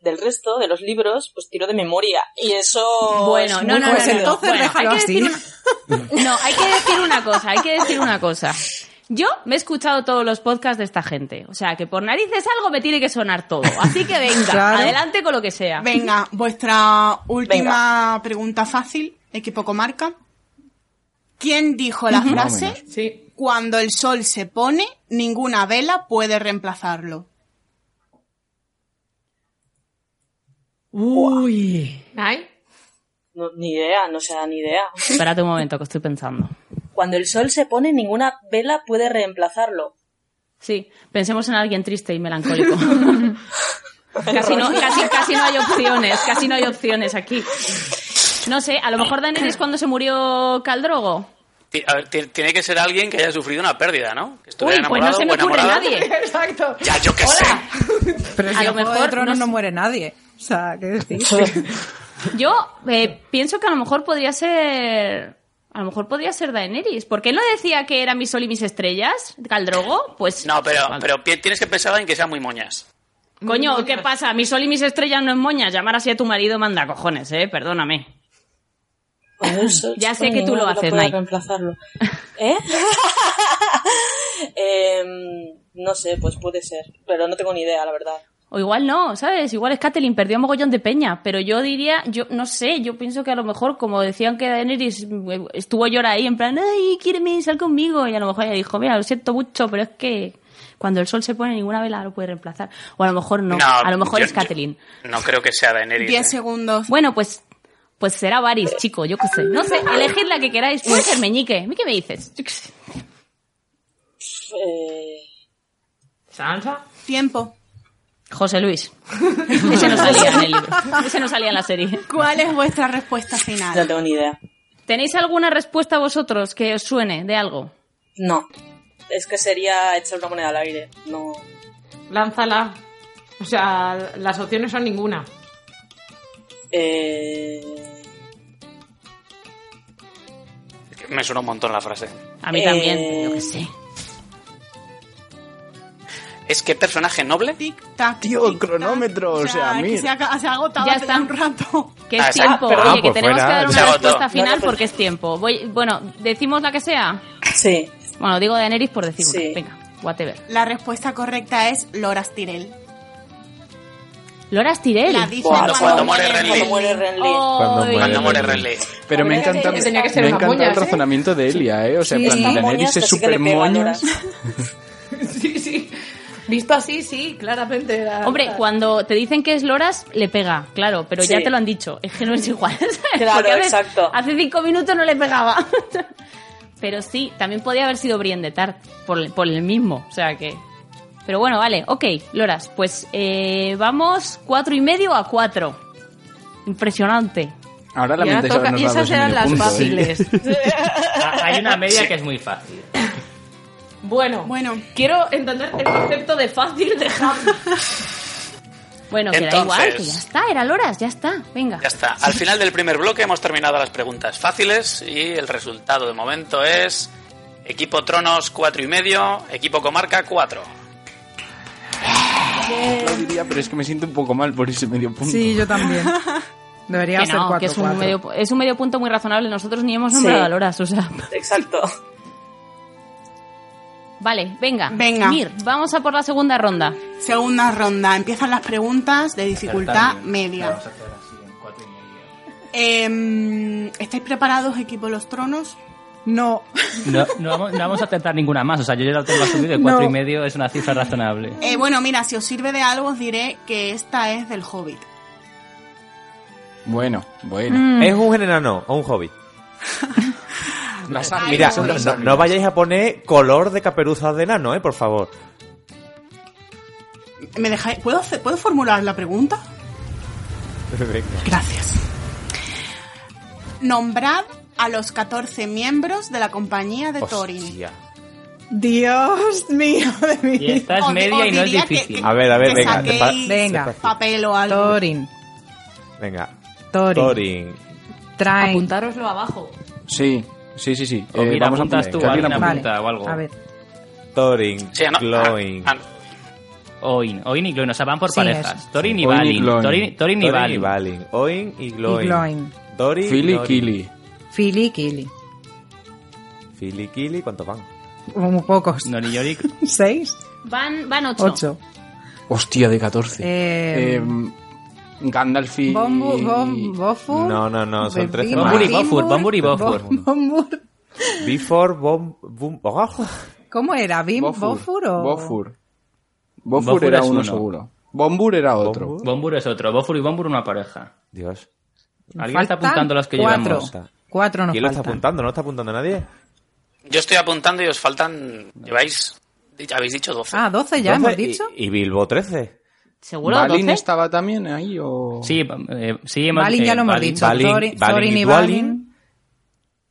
del resto, de los libros, pues tiro de memoria. Y eso.
Bueno,
es
no,
muy
no, no,
pues
no, no.
jodido.
entonces
Bueno,
déjalo
hay que
así.
decir No, hay que decir una cosa, hay que decir una cosa. Yo me he escuchado todos los podcasts de esta gente, o sea que por narices algo me tiene que sonar todo, así que venga,
Claro.
adelante con lo que sea.
Venga, vuestra última pregunta fácil, equipo comarca. ¿Quién dijo la frase
Sí.
cuando el sol se pone, ninguna vela puede reemplazarlo?
Uy.
¿Ay?
No, ni idea, no sea ni idea.
Espérate un momento, que estoy pensando.
Cuando el sol se pone, ninguna vela puede reemplazarlo.
Sí, pensemos en alguien triste y
*laughs*
melancólico. *laughs* casi, no, casi, casi no hay opciones, casi no hay opciones aquí. No sé, a lo mejor Daenerys cuando se murió Caldrogo.
ti- a ver, ti- tiene que ser alguien que haya sufrido una pérdida, ¿no? Que estuviera
Uy, pues no
enamorado
se me
o
ocurre
enamorada.
*laughs*
nadie.
Exacto.
Ya, yo qué sé.
Hola.
Pero si
A
a
lo
lo mejor
mejor
de Tronos
no-
no, muere nadie. O sea, ¿qué decir? *laughs*
Yo eh, pienso que a lo mejor podría ser. A lo mejor podría ser Daenerys. ¿Por qué no decía que era mi sol y mis estrellas? Caldrogo, pues.
No, pero, pero pi- tienes que pensar en que sean muy moñas.
Coño, ¿qué pasa? Mi sol y mis estrellas no es moña. Llamar así a tu marido manda cojones, ¿eh? Perdóname. Ya sé que tú lo haces,
puedo
Mike.
reemplazarlo. ¿Eh? *laughs* Em, no sé, pues puede ser. Pero no tengo ni idea, la verdad.
O igual no, ¿sabes? Igual es Catelyn perdió un mogollón de peña, pero yo diría, yo no sé, yo pienso que a lo mejor, como decían que Daenerys eh, estuvo llorando ahí en plan, ay, quiéreme, sal conmigo, y a lo mejor ella dijo, mira, lo siento mucho, pero es que cuando el sol se pone ninguna vela lo puede reemplazar. O a lo mejor no, a lo mejor
yo-
es Catelyn.
yo- No creo que sea Daenerys.
Diez
¿eh?
segundos.
Bueno, pues pues será Varys, chico, yo qué sé. No sé, elegid la que queráis, puede ser Meñique. ¿Qué me dices? Yo qué sé.
Eh,
¿Sansa?
Tiempo.
José
*laughs*
Luis. Ese no salía en el
*laughs*
libro. Ese no salía en la serie.
¿Cuál es vuestra respuesta
no
final?
tengo ni idea.
¿Tenéis alguna respuesta vosotros que os suene de algo?
No. Es que sería echar una moneda al aire. No.
Lánzala. O sea, las opciones son ninguna.
Eh,
¿eh? Me suena un montón la frase.
A mí
Eh,
también, yo qué sé.
Es que personaje noble.
Tic tac.
Tío,
tic, tac.
cronómetro, o sea,
que
mira.
se ha, se ha agotado
Ya
hace
está.
un rato.
Que es
Ah, exacto.
tiempo.
Ah,
Oye, que
pues
tenemos
fuera,
que dar
ya
una
se agotó.
respuesta final
No te
porque es tiempo. Voy, bueno, decimos la que sea.
sí.
Bueno, digo de Daenerys por decir
Sí.
una. Venga, whatever.
La respuesta correcta es Loras Tirel.
Loras Tirel.
La dicen
Buah,
cuando,
cuando muere
muere
Renly.
Cuando
Renly.
muere Renly.
Cuando
Ay,
muere.
Cuando muere Renly.
Pero me
Hombre,
encanta, me
que tenía que ser
ha
unas
encantado el
moñas, ¿eh?
razonamiento de Elia, ¿eh? O sea,
Sí,
en plan,
Estas
Daenerys
moñas,
es
así que le
súper
pega a
moñas.
Loras.
*laughs* Sí, sí. Visto así, sí, claramente era.
Hombre, cuando te dicen que es Loras, le pega, claro, pero ya
Ah. Sí.
te lo han dicho. Es que no es igual. *laughs* ¿sabes?
Claro,
Porque hace-
exacto.
Hace cinco minutos no le pegaba. *laughs* pero sí, también podía haber sido Brienne de Tart por, por el mismo. O sea que. Pero bueno, vale, ok, Loras, pues eh, vamos cuatro y medio a cuatro. Impresionante.
Ahora
Y, ahora
lamentáis
toca-
habernos
y
dado
esas
ese
eran
medio
las
punto, ¿eh?
fáciles.
*laughs* Ah, Hay una media que es muy fácil.
Bueno,
Bueno.
quiero entender el concepto de fácil de Ham.
*laughs* Bueno, que da
Entonces-
igual, que ya está, era Loras, ya está, venga.
Ya está. Al final del primer bloque hemos terminado las preguntas fáciles y el resultado de momento es equipo Tronos cuatro y medio, equipo Comarca 4.
Lo diría, *laughs* pero es que me siento un poco mal por ese medio punto.
Sí, yo
*laughs*
*laughs*
también. Debería
Que
ser
no,
4
que es un, medio, es un medio punto muy razonable. Nosotros ni hemos nombrado
Sí.
a Loras, o sea.
Exacto.
*laughs* Vale, venga.
Venga.
Mir, vamos a por la segunda ronda.
Segunda ronda. Empiezan las preguntas de dificultad media. Em, ¿Estáis preparados, equipo Los Tronos?
No,
No, no vamos, no vamos a tentar ninguna más. O sea, yo ya lo tengo asumido. y Cuatro
No.
y medio es una cifra razonable.
Eh, bueno, mira, si os sirve de algo, os diré que esta es del Hobbit.
Bueno, bueno.
Mm.
¿Es un enano o un hobby?
Las
Ah, Mira,
águilas son
no,
las
no- no
águilas.
vayáis a poner color de caperuza de enano, ¿eh? Por favor. *laughs*
¿Me dejáis? ¿Puedo, hacer- ¿Puedo formular la pregunta?
Venga.
Gracias. Nombrad a los 14 miembros de la compañía de Thorin.
Hostia.
Dios mío de mi
Y esta es
Os-
media
os
y no es
diría que-
difícil.
que-
A ver, a ver,
que
venga,
saquéis
pa-
Venga.
papel o algo.
Thorin,
Venga.
Thorin,
Thorin.
Train.
Apuntároslo abajo.
Sí, sí, sí, sí.
O
Eh,
mira,
vamos a
apuntas
poner,
tú,
que alguien
alguien
apunte.
apunta o
Oh,
algo.
A ver,
Thorin.
Sí, ¿no?
Glowing.
Ah, ah,
Oin, Oin y Gloin, o sea, van por
Sí,
parejas.
eso.
Thorin y
Oin y
Balin.
Gloin.
Thorin, Thorin y
Thorin y
Balin.
Balin. Oin y Gloin.
Y Gloin.
Thorin
Philly
Gloin.
Killy.
Philly Kili.
Philly Killy, ¿cuánto van?
Como pocos.
Nori Yorick.
¿Seis?
Van, van ocho.
Ocho.
Hostia, de 14.
Eh,
Em, Gandalf y...
Bombu, bom, Bofur.
No, no, no, son
Bebimba,
13
más. Bombur y
Bimbur,
Bofur, Bombur y Bofur.
Bom- Bombur.
Before Bomb. Boom. Oh,
¿Cómo era? ¿Bim, Bofur, o...?
Bofur. Bofur
Bofur
era
es
uno,
uno.
seguro. Bombur era otro.
Bombur.
Bombur es otro. Bofur y Bombur una pareja.
Dios.
Nos
¿Alguien está
faltan
apuntando los que
cuatro.
llevamos?
Cuatro nos
¿Quién lo está
faltan.
apuntando? ¿No está apuntando
Pues
nadie?
Yo estoy apuntando y os faltan. Lleváis. Habéis dicho 12.
Ah, doce ya hemos
Entonces,
dicho.
Y, y Bilbo 13.
¿Seguro?
¿Balin
¿Doce?
estaba también ahí o...?
Sí, eh, sí, hemos,
Balin ya
eh,
lo hemos
Balin.
dicho.
Balin-
Thorin,
Balin
Thorin
y
y
Dwalin.
Balin.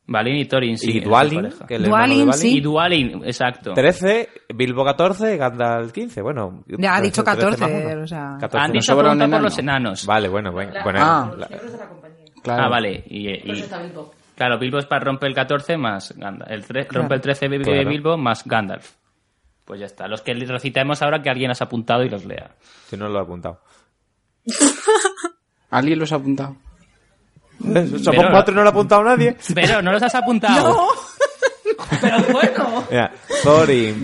Balin y Thorin, sí.
y
era su
Dwalin,
pareja.
que el hermano de
Dwalin,
Balin.
sí.
Y Dwalin, exacto.
13, Bilbo 14, Gandalf 15. Bueno,
Ya, ha dicho
13 más
14,
uno.
o sea.
14.
Han
Nos
dicho
sobra un
apunta por
enano.
los enanos.
Vale, bueno, venga. Bueno,
Ah.
la-
Claro.
Ah, vale. Y, y-
Pues
claro, Bilbo es para romper el 14 más Gandalf. El tre- Rompe el 13 de de
Claro.
Bilbo más Gandalf. Pues ya está. Los que recitemos ahora que alguien has apuntado y los lea.
si no lo he apuntado.
¿Alguien los ha apuntado?
Somos cuatro y no lo ha apuntado nadie.
Pero no los
*laughs*
has apuntado.
Pero bueno.
Mira, Thorin,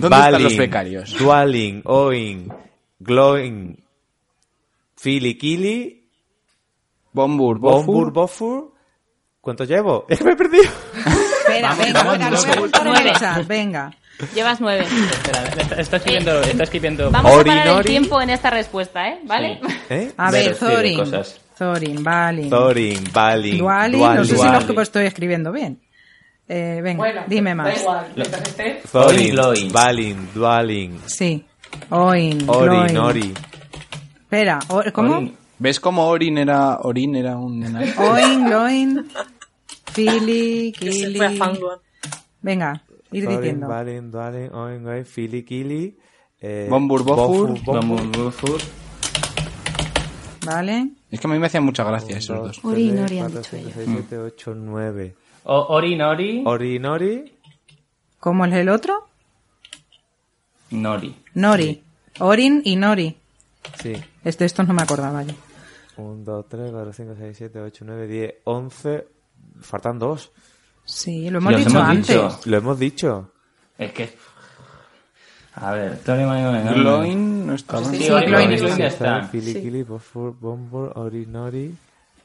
*laughs* ¿Dónde
Balin,
están los becarios?
Dwalin, Oin, Gloin, Filikili,
Bombur, Bofur.
Bombur, Bofur. ¿Cuántos llevo? *laughs* ¡Es que me he perdido!
Espera, venga, venga, lo voy a apuntar en el chat, venga. *laughs*
Llevas nueve.
Espera, está- está escribiendo. Está escribiendo
Vamos a parar el
Orinori.
tiempo en esta respuesta, ¿eh? ¿Vale? *laughs*
Sí.
¿Eh?
A
Pero
ver,
escribe
Thorin.
cosas.
Thorin, Balin.
Thorin, Balin,
Dualin, no sé si
Dwalin,
los que estoy escribiendo bien. Eh, venga,
Bueno,
dime
Da
más.
igual, mientras esté.
Thorin,
Gloin.
Balin, Dwalin,
Sí. Oin,
Orin,
Gloin.
Ori.
Espera, o- ¿cómo?
Orin.
¿Ves cómo Orin era, Orin era un enano?
*laughs* Oin, Gloin, Fili, Kili.
Fue a Fangorn.
Venga, ir
Thorin,
diciendo.
Balin, Dwalin, Oin, Gloin, Filikili, eh,
Bombur, Bofur.
Bombur,
Bombur, Bofur.
¿Vale?
Es que a mí me hacían mucha gracia esos dos.
Ori, Ori, 7, 8, 9.
O- Ori, Nori.
Ori, Nori.
¿Cómo es el otro?
Nori.
Nori. Orin y Nori.
Sí.
Este, estos no me acordaba yo.
1, 2, 3, 4, 5, 6, 7, 8, 9, 10, 11. Faltan dos.
Sí, lo hemos
Los
dicho
hemos
antes.
dicho.
Lo hemos dicho.
Es que. A ver, Thorin, Balin, Gloin.
Gloin no estaba.
Sí,
Sí,
Ori,
Gloin
Nori,
es
Gloin
así.
ya está.
Filikili, Bofur, Bombur, Orinori.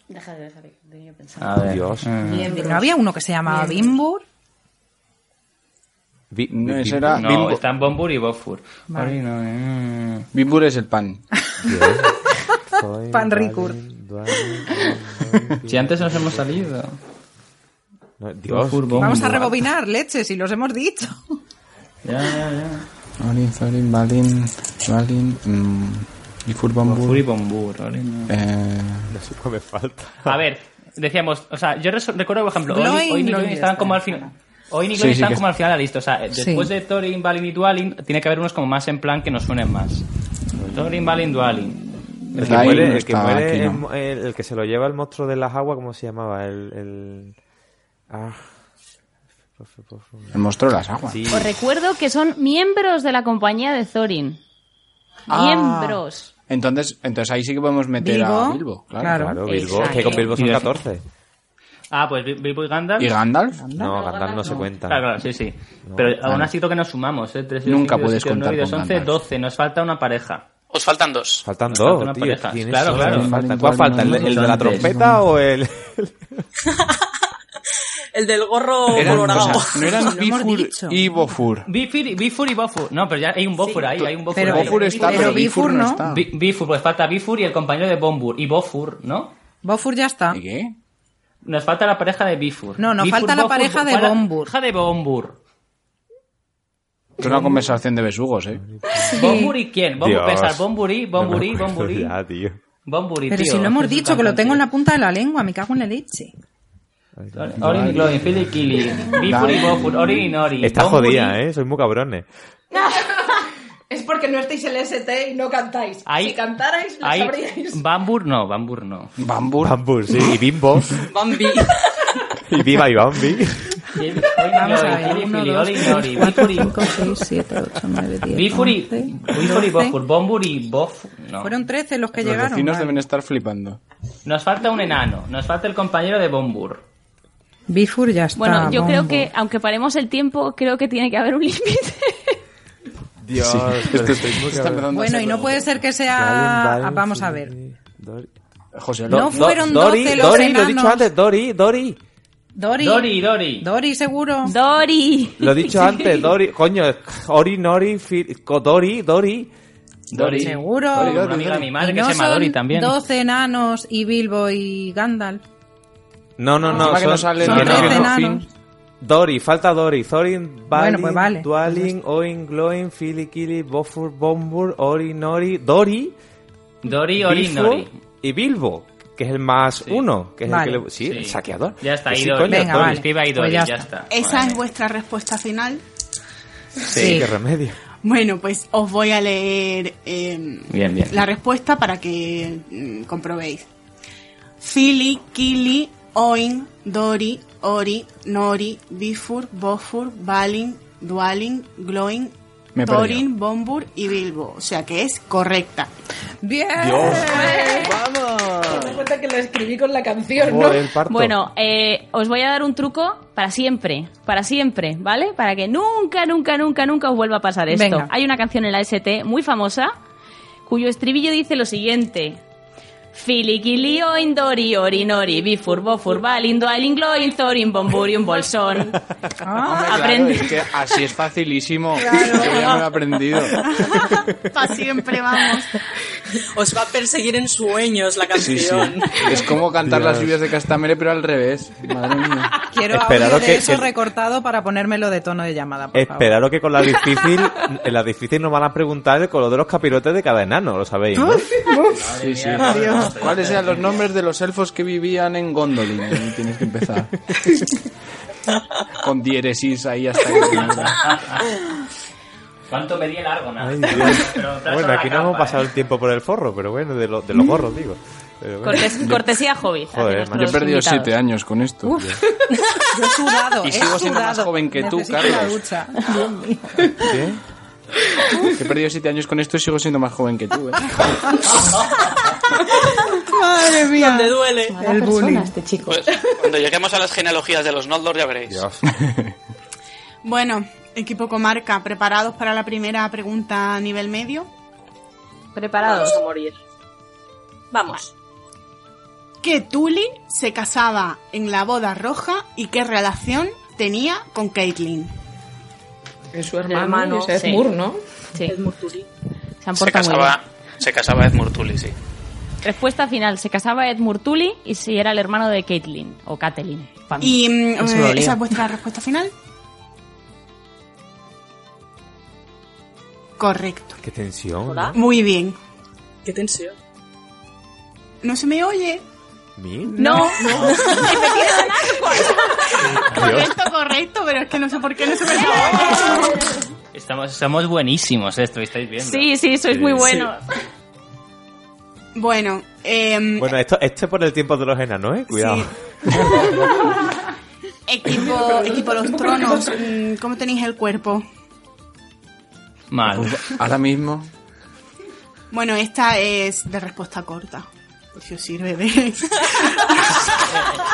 Deja de dejar de yo pensar.
A ver.
Dios.
Mm.
¿No había uno que se llamaba Bimbur?
Vi-
No,
vi-
ese era
No,
Bimbo.
están Bombur y Bofur. Ori, Nori. mm.
Bimbur es el pan.
*laughs*
Thorin,
Pan
Balin,
Ricur.
Dwalin, Orin, Nori.
Si antes nos hemos salido.
No, Dios.
Bofur, Bombur.
Vamos a rebobinar, leche, si los hemos dicho.
Ya, ya, ya.
Orin, Thorin, Balin, Balin, mm, Bifur,
Bofur y
Bombur.
Bombur. Ori, Nori.
Eh,
No sé qué me falta.
A ver, decíamos, o sea, yo resu- recuerdo, por ejemplo, hoy,
Gloin,
hoy
Gloin
ni Gloin
ya
estaban
está.
como al final. Hoy ni
Sí,
Gloin
sí
estaban
que
como al final de la lista. O sea, eh,
Sí.
después de Thorin, Balin y Dualin, tiene que haber unos como más en plan que nos suenen más. Thorin, Balin, Dualin.
El que
Dain
muere,
no
el, que
está
muere
aquí,
es
¿no?
mo- el, el que se lo lleva el monstruo de las aguas, ¿cómo se llamaba? El. el... Ah.
el monstruo de las aguas.
Sí.
Os recuerdo que son miembros de la compañía de Thorin.
Ah.
Miembros.
Entonces, entonces ahí sí que podemos meter a
Bilbo.
Bilbo, claro.
Claro.
Claro, Bilbo.
Exacto.
Es que con Bilbo son
Y de-
14.
Ah, pues Bil- Bilbo y Gandalf.
¿Y Gandalf?
No, Gandalf no se cuenta.
Claro, claro, sí, sí. Pero aún así creo que nos sumamos, ¿eh? Tres,
Nunca
cinco,
puedes
siete, nueve,
contar
diez,
con
once,
Gandalf.
12. Nos falta una pareja.
Os faltan dos.
Faltan
Nos
dos,
falta una
tío.
pareja.
¿Quién es
Claro,
ese?
claro.
Falta-
Vale,
¿Cuál falta? ¿El,
vale,
el de la
vale.
trompeta o el...?
El del gorro
Oh,
Eran, o
colorado. *laughs*
sea, no eran
Lo hemos
Bifur
dicho.
y Bofur.
Bifur, Bifur y Bofur. No, pero ya hay un Bofur ahí, hay un Bofur
Pero-
ahí.
Bofur está,
Pero
pero, Bifur,
Bifur
no
no.
está.
Bi- Bifur, pues falta Bifur y el compañero de Bombur. Y Bofur, ¿no?
Bofur ya está.
¿Y qué?
Nos falta la pareja de Bifur.
No, nos
Bifur,
falta la
Bofur,
pareja de
falta la
Bombur.
Pareja de Bombur.
Es una conversación de besugos, ¿eh?
¿Bombur y quién? Bombur,
Dios.
pensar, Bomburí, Bomburí,
No me acuerdo
Bomburí.
ya, tío.
Bomburí,
Pero
tío,
si lo hemos
es un
dicho, que lo
cantante.
tengo en la punta de la lengua, me cago en la leche.
Orin y Gloin, Philip Killy, Bifur y Bofur, Orin y Nori.
Está
Bombur y-
jodida, ¿eh? Soy muy cabrones.
Es porque no estáis en el ST y no cantáis.
Ahí-
si cantarais, lo
ahí-
sabríais.
Bambur no, Bambur no.
Bambur.
Bambur, sí. Y Bimbo.
Bambi.
Y Viva y Bambi.
*laughs*
Orin
Vamos a
y
ver.
Gloin, Philip
1,
Killy,
2,
Orin y Nori,
3,
Bifur
4,
y
5, 6, 7, 8, 9, 10.
Bifur y, Bifur y Bofur, Bombur y Bof... No.
Fueron 13 los que
Los
llegaron.
vecinos
vale.
deben estar flipando.
Nos falta un enano, nos falta el compañero de Bombur.
Bifur ya está.
Bueno, yo creo
bombo.
que, aunque paremos el tiempo, creo que tiene que haber
*laughs*
un límite.
Dios. *laughs*
Sí, esto
pero
está-
soy muy
está
cabrón.
empezando a
Bueno,
ser
y no
loco.
puede ser que
Dwalin,
sea.
Balin,
ah, Vamos a ver.
Filikili, Dori.
José,
No
Do-
fueron
Do-
12
Dori,
los
Dori, lo he dicho
enanos.
antes. Dori, Dori.
Dori.
Dori, Dori.
Dori, seguro.
Dori.
Lo
*laughs*
*laughs*
he dicho antes. Dori. Coño. Ori, Nori, Fi- Co- Dori, Dori.
Dori.
Seguro.
Dori, una amiga de mi madre
Y
que
no
se llama
son
Dori también.
12 enanos y Bilbo y Gandalf.
No, no, no.
Encima que no
Son,
sale
Son
Que no,
no,
que
13
no,
enanos.
Dori, falta Dori. Thorin, Balin,
Bueno, pues vale.
Dwalin, Oin, Gloin, Filikili, Bofur, Bombur, Ori, Nori, Dori,
Dori, Ori,
*laughs* Bifur
Nori.
y Bilbo. que es el más uno, que es
Vale.
el que le- sí,
Sí.
el saqueador.
Ya está,
Que sí,
Idol.
coño,
Venga,
Tony.
vale.
Escriba Idol
Pues
y
ya
ya,
está.
está.
Esa
Vale.
es vuestra respuesta final.
Sí, qué remedio.
Bueno, pues os voy a leer eh,
Bien, bien.
la respuesta para que mm, comprobéis. Fili, Kili, Oin, Dori, Ori, Nori, Bifur, Bofur, Balin, Dualin, Gloin,
Me he
Thorin, Bombur y Bilbo. O sea que es correcta.
¡Bien! Eh,
Me doy cuenta que lo escribí con la canción, ¿no?
Joder, parto.
Bueno, eh, os voy a dar un truco para siempre, para siempre, ¿vale? Para que nunca, nunca, nunca, nunca os vuelva a pasar esto.
Venga.
Hay una canción en la ST muy famosa cuyo estribillo dice lo siguiente. Filiquilio, Indori, Orinori, Bifurbo, Furbal, Indual, Inglo, Inzorin, Bomburium, Bolsón.
Ah.
Hombre, claro,
Aprende.
es que así
*laughs*
es facilísimo. Yo ya me lo he
*laughs*
aprendido.
Para siempre, vamos.
Os va a perseguir en sueños la
Sí, sí.
canción.
Es como cantar
Dios.
las lluvias de Castamere, pero al revés. Madre mía.
Quiero
Esperaros
audio de
que-
eso
que-
recortado para ponérmelo de tono de llamada, por favor.
Esperaros que con la difícil, en la difícil nos van a preguntar el color de los capirotes de cada enano, lo sabéis, ¿no?
Sí, sí. ¿Cuáles eran los nombres de los elfos que vivían en Gondolin? Ahí tienes que empezar. Con diéresis ahí hasta que...
¿Cuánto medía el largo?
Ay, Dios. Bueno, aquí no hemos pasado el tiempo por el forro, pero bueno, de, lo- de los gorros, digo. Pero bueno.
Cortes- cortesía hobby. hacia
Joder,
nuestros
macho.
Yo he perdido
invitados.
siete años con esto.
Yo he sudado,
Y
he
sigo siendo más
sudado.
joven que tú,
Necesito
Carlos.
la ducha.
¿Qué?
He perdido siete años con esto y sigo siendo más joven que tú. ¿eh?
Madre mía.
Te duele.
*laughs* El bullying.
este chico.
Pues, cuando lleguemos a las genealogías de los Noldor ya veréis.
Dios.
Bueno, equipo comarca, ¿preparados para la primera pregunta a nivel medio?
Preparados.
Vamos a morir. Vamos.
que Tully se casaba en la boda roja y qué relación tenía con Caitlyn.
Es su
hermano,
hermano,
hermano,
ese es
sí.
Moore, ¿no?
Sí,
Es Murturi.
se han
Se
portado muy
casaba, se casaba Edmure Tully, sí.
bien. Respuesta final. Se casaba Ed Murtuli y si era el hermano de Caitlin o Catelyn. pa' mí.
Y mm,
Eso lo
eh,
leo.
esa es vuestra respuesta final. Correcto.
Qué tensión.
Hola.
¿no?
Muy bien.
Qué tensión.
No se me oye.
*laughs*
Mi-
No,
Correcto, correcto, pero es que no sé por qué no se me oye.
Estamos, somos buenísimos, ¿eh? esto, estáis viendo.
Sí, sí, sois muy
Sí.
buenos.
Bueno, em,
Bueno, esto, esto es por el tiempo de los enanos, ¿eh? Cuidado.
Sí. *laughs* equipo, equipo Los Tronos, mm, ¿cómo tenéis el cuerpo?
Mal.
Ahora mismo...
Bueno, esta es de respuesta corta. Por si os sirve de...
El,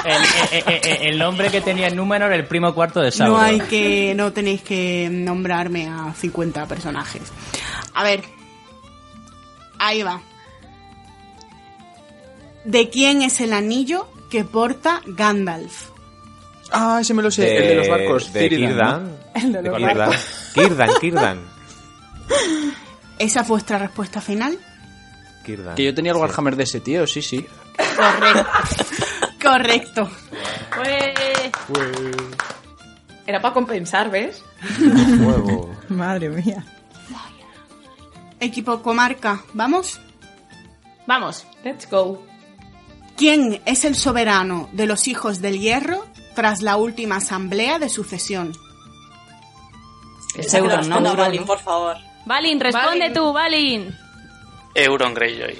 el- el- el- el nombre que tenía Númenor, el primo cuarto de Sauron.
No hay que, no tenéis que nombrarme a 50 personajes. A ver, ahí va. ¿De quién es el anillo que porta Gandalf?
Ah, ese me lo sé. el de los barcos.
De
Círida,
Kirdan.
El de
De
los
Kirdan. Kirdan, Kirdan.
¿Esa es vuestra respuesta final?
Kirdan.
¿no? Que yo tenía el Warhammer de ese tío, sí, sí.
Correcto. Correcto.
Pues,
Ué.
Pues-
Era para compensar, ¿ves?
Huevo.
Madre mía.
Equipo comarca, ¿vamos?
Vamos.
Let's go.
¿Quién es el soberano de los hijos del hierro tras la última asamblea de sucesión?
Es
Esa que la
Euron, ¿no?
responda
Euron,
Balin,
¿no?
por favor.
Valin, responde
Balin.
tú, Valin.
Euron Greyjoy.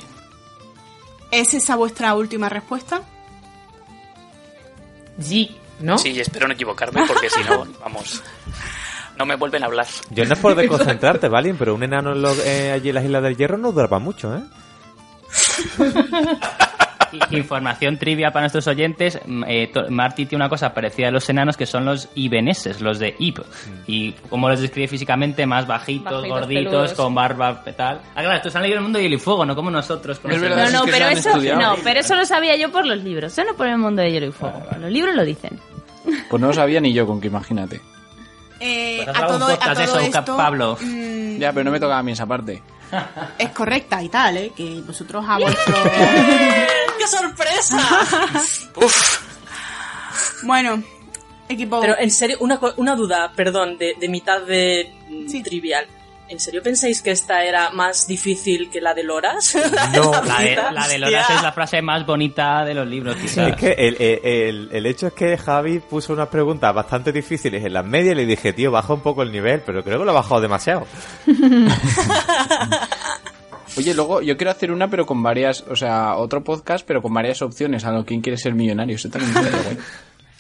¿Es esa vuestra última respuesta?
G, ¿no?
Sí, y espero no equivocarme porque si no, vamos, no me vuelven a hablar.
Yo no es por desconcentrarte, Valin, pero un enano en los- eh, allí en las Islas del Hierro no duraba mucho, ¿eh?
I- Información trivia para nuestros oyentes. mm, eh, to- Marty tiene una cosa parecida a los enanos que son los ibeneses, los de Ib.
Mm.
Y como los describe físicamente, más bajitos,
Bajitos,
gorditos,
peludos.
con barba, tal. Ah, claro, estos han leído el mundo y el fuego, no como nosotros. con
Es
ese-
verdad,
No,
es
no,
que
pero
se han
eso,
estudiado. Ah,
no, pero eso lo sabía yo por los libros. Eso no por el mundo de hielo y fuego. Los libros lo dicen.
Pues no lo sabía ni yo con que imagínate.
Eh,
Pues haz
a
algún
todo, e- a
podcast de
todo
eso,
esto,
Pablo.
mm,
Ya, pero no me tocaba a mí esa parte.
es correcta y tal, ¿eh? Que vosotros
*laughs*
a vuestro...
¡Qué *laughs* sorpresa!
bueno, equipo...
Pero en serio, una, co- una duda, perdón, de, de mitad de mm,
Sí.
trivial. ¿En serio pensáis que esta era más difícil que *laughs* la de Loras?
No,
Esta
La de,
puta,
la de
hostia.
Loras es la frase más bonita de los libros, quizás.
Es que el, el- el- el hecho es que Javi puso unas preguntas bastante difíciles en las medias y le dije, tío, baja un poco el nivel, pero creo que lo ha bajado demasiado.
Oye, luego yo quiero hacer una, pero con varias, o sea, otro podcast, pero con varias opciones. A lo quien quiere ser millonario, eso también estaría guay.
*laughs*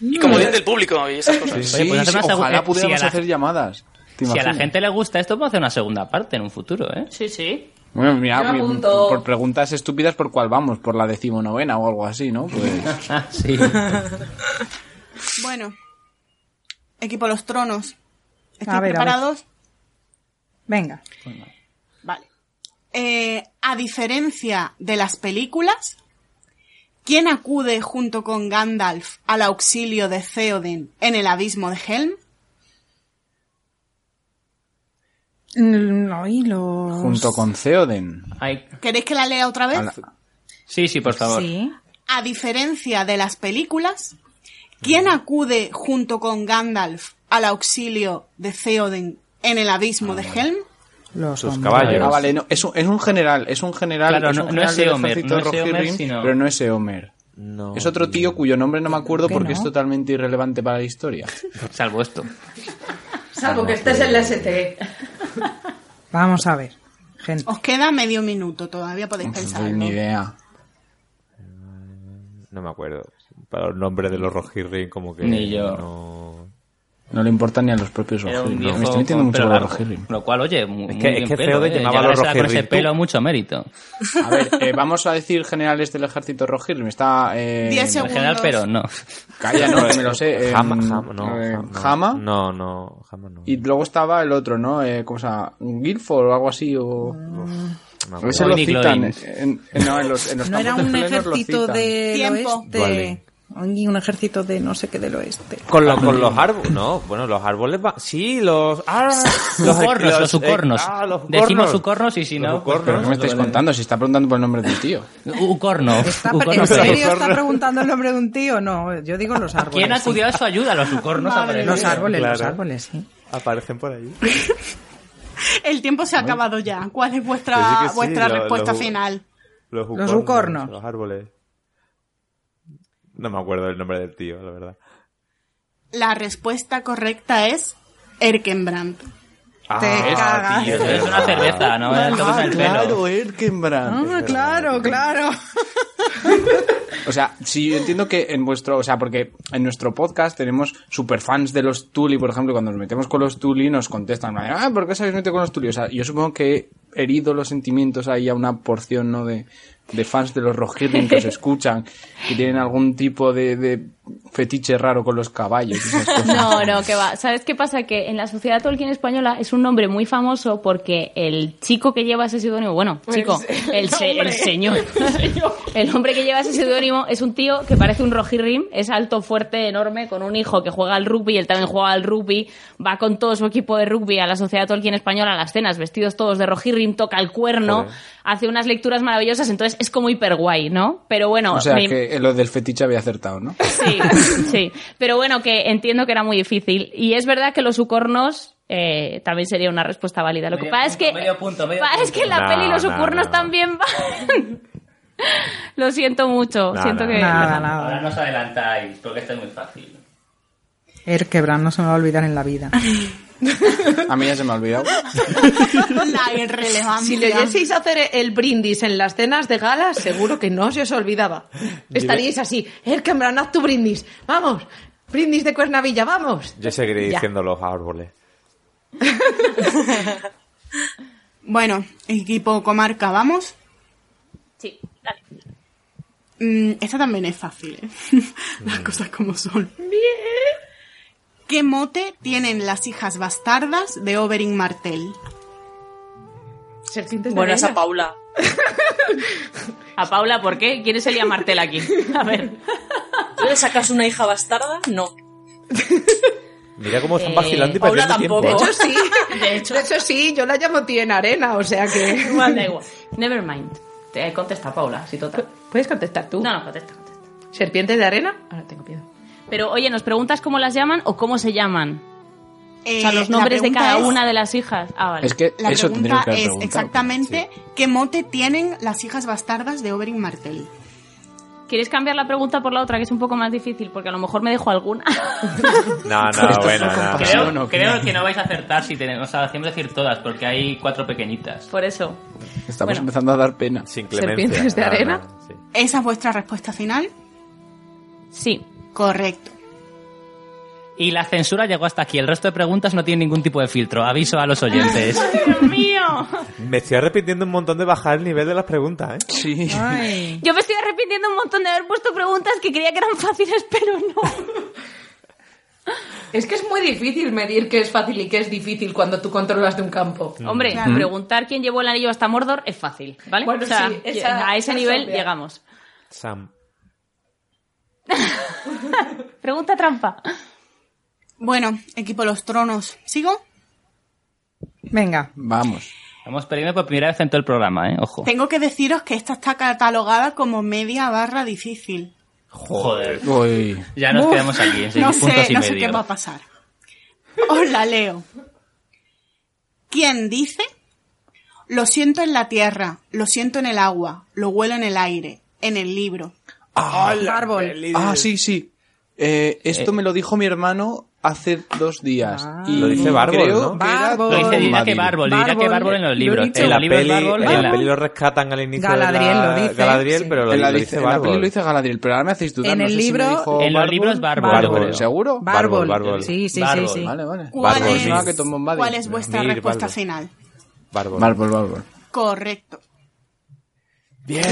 Y como dice del público y esas cosas.
Sí,
pues hacer una segu- eh,
ojalá
si
pudiéramos
a la-
hacer llamadas. ¿Te
Si a la
imaginas?
gente le gusta esto, podemos hacer una segunda parte en un futuro, ¿eh?
Sí, sí.
Bueno, mira,
Yo
mi-
apunto.
por preguntas estúpidas, ¿por cuál vamos? ¿Por la decimonovena o algo así, no? Pues,
*laughs* sí.
Bueno, equipo Los Tronos. ¿Estáis
A ver, a ver.
preparados?
Venga.
Vale. Eh, a diferencia de las películas, ¿quién acude junto con Gandalf al auxilio de Theoden en el abismo de Helm?
Mm, No, y los...
junto con Theoden.
Ay,
¿Queréis que la lea otra vez?
A la-
sí, sí, por favor.
Sí.
A diferencia de las películas, ¿quién acude junto con Gandalf al auxilio de Theoden en el abismo de Helm?
Los
Sus
hombres.
caballos.
Ah, vale, no, es un, es un general, es un general,
Claro,
es un
no- no
general
es
del
Eomer,
ejército
no es
Rohirrim,
Eomer, sino-
pero no es Eomer.
No,
es otro tío cuyo nombre no me acuerdo
que
porque
no.
es totalmente irrelevante para
*laughs*
la historia.
Salvo esto.
Salvo que estés en la E. STE.
Vamos a ver, gente.
Os queda medio minuto, todavía podéis
No
pensarlo.
tengo ni idea.
No me acuerdo. Para los nombres de los Rohirrim, como que.
Ni yo.
no.
No le importan ni a los propios
Era un
Rohirrim.
viejo
Me estoy metiendo
con
mucho
pelo
con los
largo.
Rohirrim.
Lo cual, oye, mu- muy,
Es que- es
bien
que
pelo,
Theoden
¿eh?
llamaba a
Llegar
los
a esa- Con ese
Rohirrim tú.
pelo, mucho
*laughs*
mérito.
A ver, eh, vamos a decir generales del ejército Rohirrim. Está... Eh,
Diez
En general,
Segundos.
pero no.
Calla, no, que me lo sé. eh,
*laughs* Jama, Jama, no,
eh,
Jama, no.
Jama.
No, no, Jama no.
Y luego estaba el otro, ¿no? Eh, ¿Cómo se llama? Guilford o algo así. O...
No me
A
acuerdo.
veces lo
Oinig
citan. eh,
Loin.
en- en- no, en los, en los
No era
campos
un
de plenos lo
ejército
citan.
del
Tiempo.
oeste. Y un ejército de no sé qué del oeste.
Con, lo- Ah, con los árboles, no, bueno, los árboles va- Sí, los. *laughs* ¡Ah! Los
Sucornos, los
eh,
sucornos.
ah, los
Decimos
ucornos.
sucornos y si
Los
no, pues,
ucornos.
¿Pero qué me estáis contando? Si está preguntando por el nombre del tío.
Ucorno.
Está-
Ucorno
¿En
Pérez.
serio está preguntando el nombre de un tío? No, yo digo los árboles.
¿Quién
sí.
acudió a su ayuda? Los ucornos
Los
aparecieron.
árboles, los
Claro.
árboles, sí.
Aparecen por ahí.
El tiempo se ha acabado ya. ¿Cuál es
Que sí,
vuestra,
que sí,
vuestra
lo-
respuesta
lo-
final?
Los
Los
ucornos.
ucornos.
Los árboles. No me acuerdo el nombre del tío, la verdad.
La respuesta correcta es Erkenbrand.
Ah,
Te cagas.
tío,
Es una cerveza, ¿no? Es algo con el pelo.
Erkenbrand.
Ah, claro, claro.
O sea, sí, yo entiendo que en vuestro, o sea, porque en nuestro podcast tenemos superfans de los Tuli, por ejemplo, cuando nos metemos con los Tuli nos contestan, ah, ¿por qué os habéis metido con los Tuli? O sea, yo supongo que he herido los sentimientos ahí a una porción, ¿no? De, de fans de los Rohirrim que os escuchan y tienen algún tipo de, de fetiche raro con los caballos
*laughs*
y esas cosas.
No, no, que va. ¿Sabes qué pasa? Que en la sociedad Tolkien española es un nombre muy famoso porque el chico que lleva ese seudónimo, bueno, chico, Pues
*laughs*
el, se- el señor, el hombre que lleva ese seudónimo es un tío que parece un rojirrim, es alto, fuerte, enorme, con un hijo que juega al rugby, él también juega al rugby, va con todo su equipo de rugby a la sociedad Tolkien española, a las cenas, vestidos todos de rojirrim, toca el cuerno,
Joder.
hace unas lecturas maravillosas, entonces es como hiper guay, ¿no? Pero bueno,
O sea,
me-
que lo del fetiche había acertado, ¿no?
Sí, *laughs* sí. Pero bueno, que entiendo que era muy difícil. Y es verdad que los ucornos eh, también sería una respuesta válida. Lo que
Medio
pasa es que.
punto, medio punto, medio
pasa es que en la
No,
peli los
no,
ucornos
no.
también van. *laughs* Lo siento mucho.
No,
siento
no,
que.
Nada,
Ahora
nada.
nos adelantáis, porque esto es muy fácil.
Erkebran no se me va a olvidar en la vida.
A mí ya se me ha olvidado.
*laughs* La irrelevancia.
Si le oyeseis hacer el brindis en las cenas de gala, seguro que no se os olvidaba. Estaríais así, "Eh, el haz tu brindis, vamos, brindis de Cuernavilla, vamos.
Yo seguiré
Ya.
diciendo los árboles.
Bueno, equipo comarca, vamos.
Sí, dale.
Mm, esta también es fácil, ¿eh? *laughs* Las cosas como son. ¿Qué mote tienen las hijas bastardas de Oberyn Martell?
Serpientes de
Bueno, esa
arena.
Paula.
A Paula, ¿por qué? ¿Quién es Elia Martel
*laughs*
aquí? A ver.
¿Tú le sacas una hija bastarda? No.
Mira cómo están
Eh,
vacilando pues y
Paula
perdiendo
tampoco.
tiempo.
Yo sí,
*laughs* De hecho.
de hecho sí, yo la llamo tía en arena, o sea que...
*laughs* Igual, da igual. Never mind. Te contesta Paula, si
*laughs*
total.
¿Puedes contestar tú?
No, no, contesta, contesta. *laughs*
¿Serpientes de arena? Ahora tengo miedo.
Pero oye, ¿nos preguntas cómo las llaman o cómo se llaman? o sea,
Eh,
los
la
nombres de
pregunta
cada
es-
una de las hijas. Ah, vale.
Es que
La
eso
pregunta
tendríamos que haber
es
preguntado.
exactamente qué mote tienen las hijas bastardas de Oberyn Martell.
¿Quieres cambiar la pregunta por la otra, que es un poco más difícil? Porque a lo mejor me dejo alguna.
No,
Esto
no,
fue
bueno, no.
compasión.
Creo,
Sí, bueno,
creo
claro.
que no vais a acertar si tenemos, o sea, hacemos decir todas, porque hay cuatro pequeñitas.
por eso.
Estamos
Bueno.
empezando a dar pena.
Sin clemencia.
Serpientes de
no, no,
arena.
sí.
¿Esa es vuestra respuesta final?
Sí.
Correcto.
Y la censura llegó hasta aquí. El resto de preguntas no tiene ningún tipo de filtro. Aviso a los
*laughs*
oyentes.
¡Dios mío!
Me estoy arrepintiendo un montón de bajar el nivel de las preguntas, ¿eh?
Sí.
Ay.
Yo me estoy arrepintiendo un montón de haber puesto preguntas que creía que eran fáciles, pero no.
*laughs*
Es que es muy difícil medir qué es fácil y qué es difícil cuando tú controlas de un campo.
Mm. Hombre,
Claro.
preguntar quién llevó el anillo hasta
*laughs*
Mordor es fácil, ¿vale?
Bueno,
O sea,
sí, esa-
a ese
esa es
nivel
obvia.
llegamos.
Sam.
Pregunta trampa.
Bueno, equipo Los Tronos, ¿sigo?
Venga.
Vamos.
Estamos perdiendo por primera vez en todo el programa, ¿eh? Ojo.
Tengo que deciros que esta está catalogada como media barra difícil.
Joder.
Uy.
Ya nos
Uf,
quedamos
*laughs*
aquí en seis
no
puntos
sé,
y
no
medio.
sé qué va a pasar. Os la leo. ¿Quién dice? Lo siento en la tierra, lo siento en el agua, lo huelo en el aire, en el libro.
Árbol.
Ah, sí, sí. Eh, esto me lo dijo mi hermano hace dos días. y
Lo dice Bárbol,
creo
¿no?
que era
Bárbol.
Lo dice
Tom
diría que
Bombadil.
Bárbol, diría que
Bárbol,
Bárbol en los
lo he
libros.
dicho.
En
En
la,
los libros
peli,
Bárbol,
en
en
la
la-
peli lo rescatan al inicio de
Galadriel
la...
lo dice,
Galadriel,
sí.
pero lo,
En la,
lo
dice-
dice
en la peli
Bárbol.
lo dice Galadriel, pero ahora me hacéis dudar.
En
no
el
sé si
libro-
me dijo
en los
Bárbol.
libros Bárbol.
Bárbol.
creo.
¿Seguro?
Bárbol.
Bárbol.
Sí, sí,
Bárbol.
sí, sí.
Vale, vale.
¿Cuál
Bárbol,
es,
sí.
Pensaba que Tom Bombadil.
cuál es vuestra
Mir,
respuesta
Bárbol.
final?
Bárbol.
Bárbol, Bárbol.
Correcto.
Bien.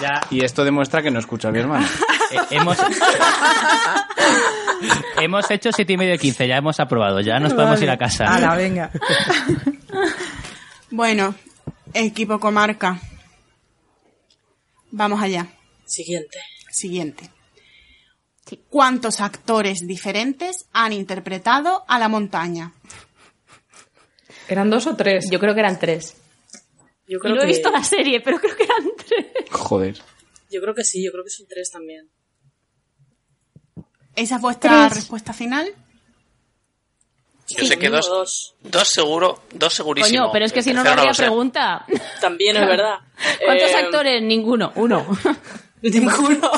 Ya
Ah, Y esto demuestra que no escucha a mi hermano.
eh, hemos... *laughs* hemos hecho siete y medio y 15, ya hemos aprobado. Ya nos podemos ir a casa.
Ala, venga.
*laughs* Bueno, equipo comarca. Vamos allá.
Siguiente.
Siguiente. ¿Cuántos actores diferentes han interpretado a la montaña?
¿Eran dos o tres?
Yo creo que eran tres.
Yo
Y
creo
no he
que-
visto la serie, pero creo que eran tres.
Joder.
Yo creo que sí, yo creo que son tres también.
¿Esa es vuestra
Tres.
respuesta final?
Yo sé que
uno,
dos,
dos.
dos seguro, dos segurísimo.
Coño, pero es que
El
si no, no
tercero
habría
lo sé.
pregunta.
*laughs* También es verdad.
¿Cuántos
Eh,
actores? Ninguno. Uno.
*laughs* Ninguno.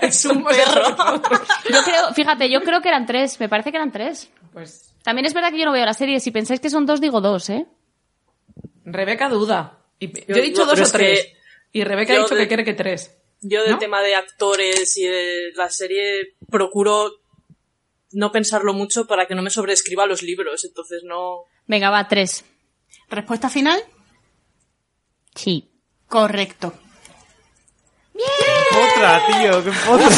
es un perro.
*laughs* Yo creo, fíjate, yo creo que eran tres. Me parece que eran tres.
Pues
También es verdad que yo no veo la serie. Si pensáis que son dos, digo dos, ¿eh?
Rebeca duda. Y- yo,
Yo-
he dicho
no,
dos
pero
o
es que
tres. Y Rebeca ha
yo
dicho que
de-
cree que tres.
Yo del
¿No?
tema de actores y de la serie procuro no pensarlo mucho para que no me sobreescriba los libros, entonces no...
Venga, va, tres.
¿Respuesta final?
Sí.
Correcto.
Ah,
Otra, tío, qué potra.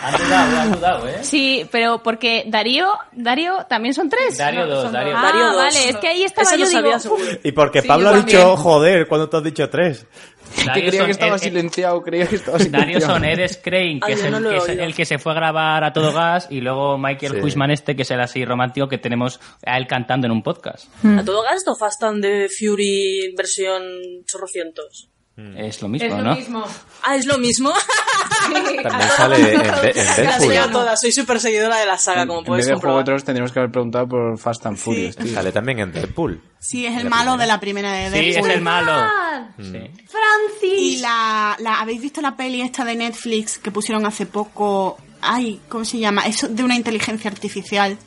Ha dudado, ha dudado, ¿eh?
Sí, pero porque Darío, Darío, también son tres.
Dario dos, Dario
Ah,
dos.
Darío dos.
vale, es que ahí estaba
Esa
yo
lo
digo,
sabía
uf,
seguro.
¿eh?
Y porque
Sí,
Pablo
yo
ha dicho,
también.
joder, cuando tú has dicho tres.
Que
Dario
creía
son-
que estaba
eh, eh,
silenciado, creía que estaba silenciado.
Dario
*laughs*
son Eres Crane, que,
Ay,
es
yo
el,
no lo he
que es
oído.
el que se fue a grabar a todo gas, y luego Michael
Sí.
Huisman este, que es el así romántico que tenemos a él cantando en un podcast.
A todo gasto, Fast and the Fury versión chorrocientos.
Mm.
Es lo mismo,
es lo
¿no?
mismo.
Ah, es lo mismo.
*laughs*
También
*laughs*
sale en, de- en
La soy yo
Deadpool.
toda, soy súper seguidora de la saga,
En-
como
en
puedes
vez de Juego de
comprobar.
Tronos tendríamos que haber preguntado por Fast and Furious, tío.
Sale también en Deadpool.
Sí, es el malo de la primera de
Sí, es
Deadpool.
el malo.
¡Ah!
Sí.
Mm.
Y la, la- ¿Habéis visto la peli esta de Netflix que pusieron hace poco? Ay, ¿cómo se llama? Eso de una inteligencia artificial.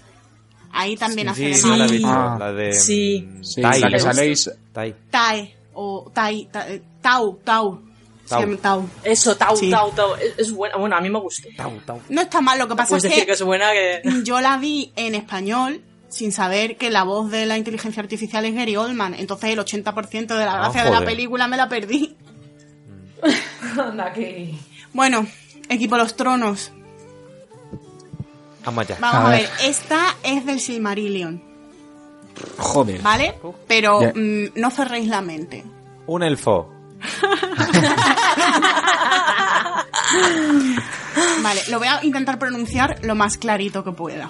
Ahí también hace de
sí, la he
malo.
visto,
Ah.
la de...
Sí.
mm,
Sí,
Tai.
la que saléis...
Tai.
Tae o Tai, ta- eh, Tau, Tau. Se
Tau.
llama Tau.
Eso, Tau,
Sí.
Tau, Tau. Es, es buena. Bueno, a mí me gusta.
No está mal, lo que pasa
Puedes
es
Pues decir
que,
que es buena que...
yo la vi en español sin saber que la voz de la inteligencia artificial es Gary Oldman. Entonces el 80% de la
Ah,
gracia de la
joder.
película me
*laughs*
la perdí.
Anda, que...
Bueno, equipo Los Tronos.
Vamos allá.
Vamos
A
a
ver.
ver, esta es del Silmarillion.
Joder.
¿vale? Pero
Ya.
mm, no cerréis la
*gasps*
mente.
Un elfo.
Vale, lo voy a intentar pronunciar lo más clarito que pueda.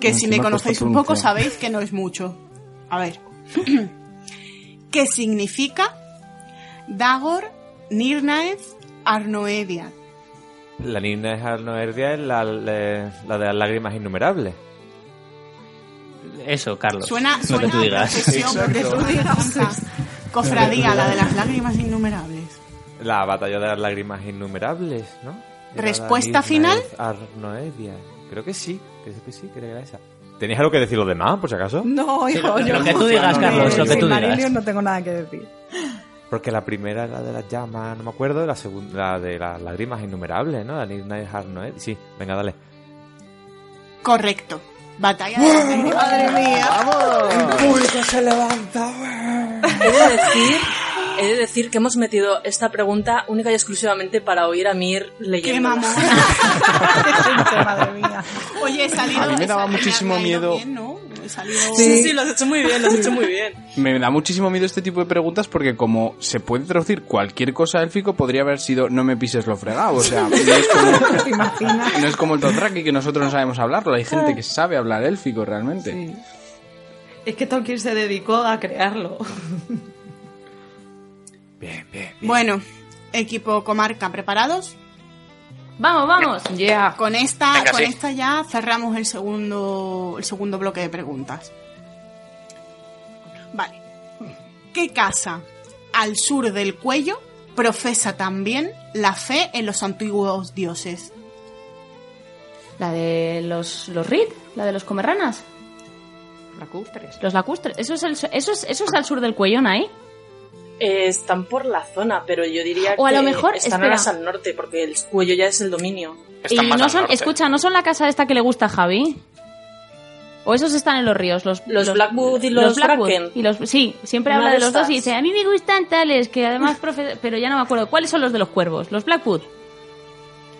Que
No,
si
que
me
me ha
conocéis
costado
un poco
pronunciar.
sabéis que no es mucho. A ver. *clears throat* ¿Qué significa Dagor Nirnaez Arnoedia?
La niña de Arnoerdia es la, la- la de las lágrimas innumerables.
Eso, Carlos.
Suena,
No
suena
que tú
a
digas.
profesión, porque tú digas, o sea, Cofradía, la de las lágrimas innumerables.
La batalla de las lágrimas innumerables, ¿no? Era la
¿Respuesta
Nisna
final?
de Arnoerdia. Creo que sí, creo que sí, creo que era esa. ¿Tenías algo que decir los demás, por si acaso?
No,
Sí,
hijo,
lo-
yo
lo que
no-
tú digas,
no,
Carlos,
no,
lo que tú
Silmarillion
digas.
no tengo nada que decir.
Porque la primera era de las llamas, no me acuerdo, la segunda la de las lágrimas innumerables, ¿no? La Night Arnoerdia. Sí, venga, dale.
Correcto. Batalla de las lágrimas.
¡Madre mía!
público se levanta. He de decir, he de decir que hemos metido esta pregunta única y exclusivamente para oír a Mir leyendo. *laughs*
¡Qué mamona!
Madre mía.
Oye, he salido...
A mí me
he
daba
salido- me
muchísimo
ha ido
miedo.
bien, ¿no? He salido...
Sí, sí, lo has hecho muy bien, lo has hecho muy bien.
Me da muchísimo miedo este tipo de preguntas porque como se puede traducir cualquier cosa élfico, podría haber sido no me pises lo fregado.
*laughs*
O sea, no es
*laughs*
como,
¿Te imaginas?
no es como el Dothraki que nosotros no sabemos hablarlo. Hay
Ah.
gente que sabe hablar élfico realmente.
Es que Tolkien se dedicó a crearlo.
*laughs*
*laughs*
Bueno, equipo comarca, ¿preparados?
Vamos, vamos.
Yeah.
Con esta,
Venga,
con
sí.
esta ya cerramos el segundo, el segundo bloque de preguntas. Vale. ¿Qué casa al sur del cuello profesa también la fe en los antiguos dioses?
La de los, los Reed, la de los comerranas,
La cutres.
los lacustres. Eso es, el, eso es, eso es al sur del cuellón ahí.
Eh, están por la zona, pero yo diría
O a
que
lo mejor,
están
espera.
más al norte, porque el cuello ya es el dominio.
Están
y
más
no
al
son,
norte.
escucha, ¿no son la casa esta que le gusta a Javi? ¿O esos están en los ríos? Los,
Los Blackwood y los Bracken.
y los- sí, siempre
Una
habla
de
de los dos y
estas.
dice, a mí me gustan tales, que además, *laughs* profe- pero ya no me acuerdo. ¿Cuáles son los de los cuervos? Los Blackwood.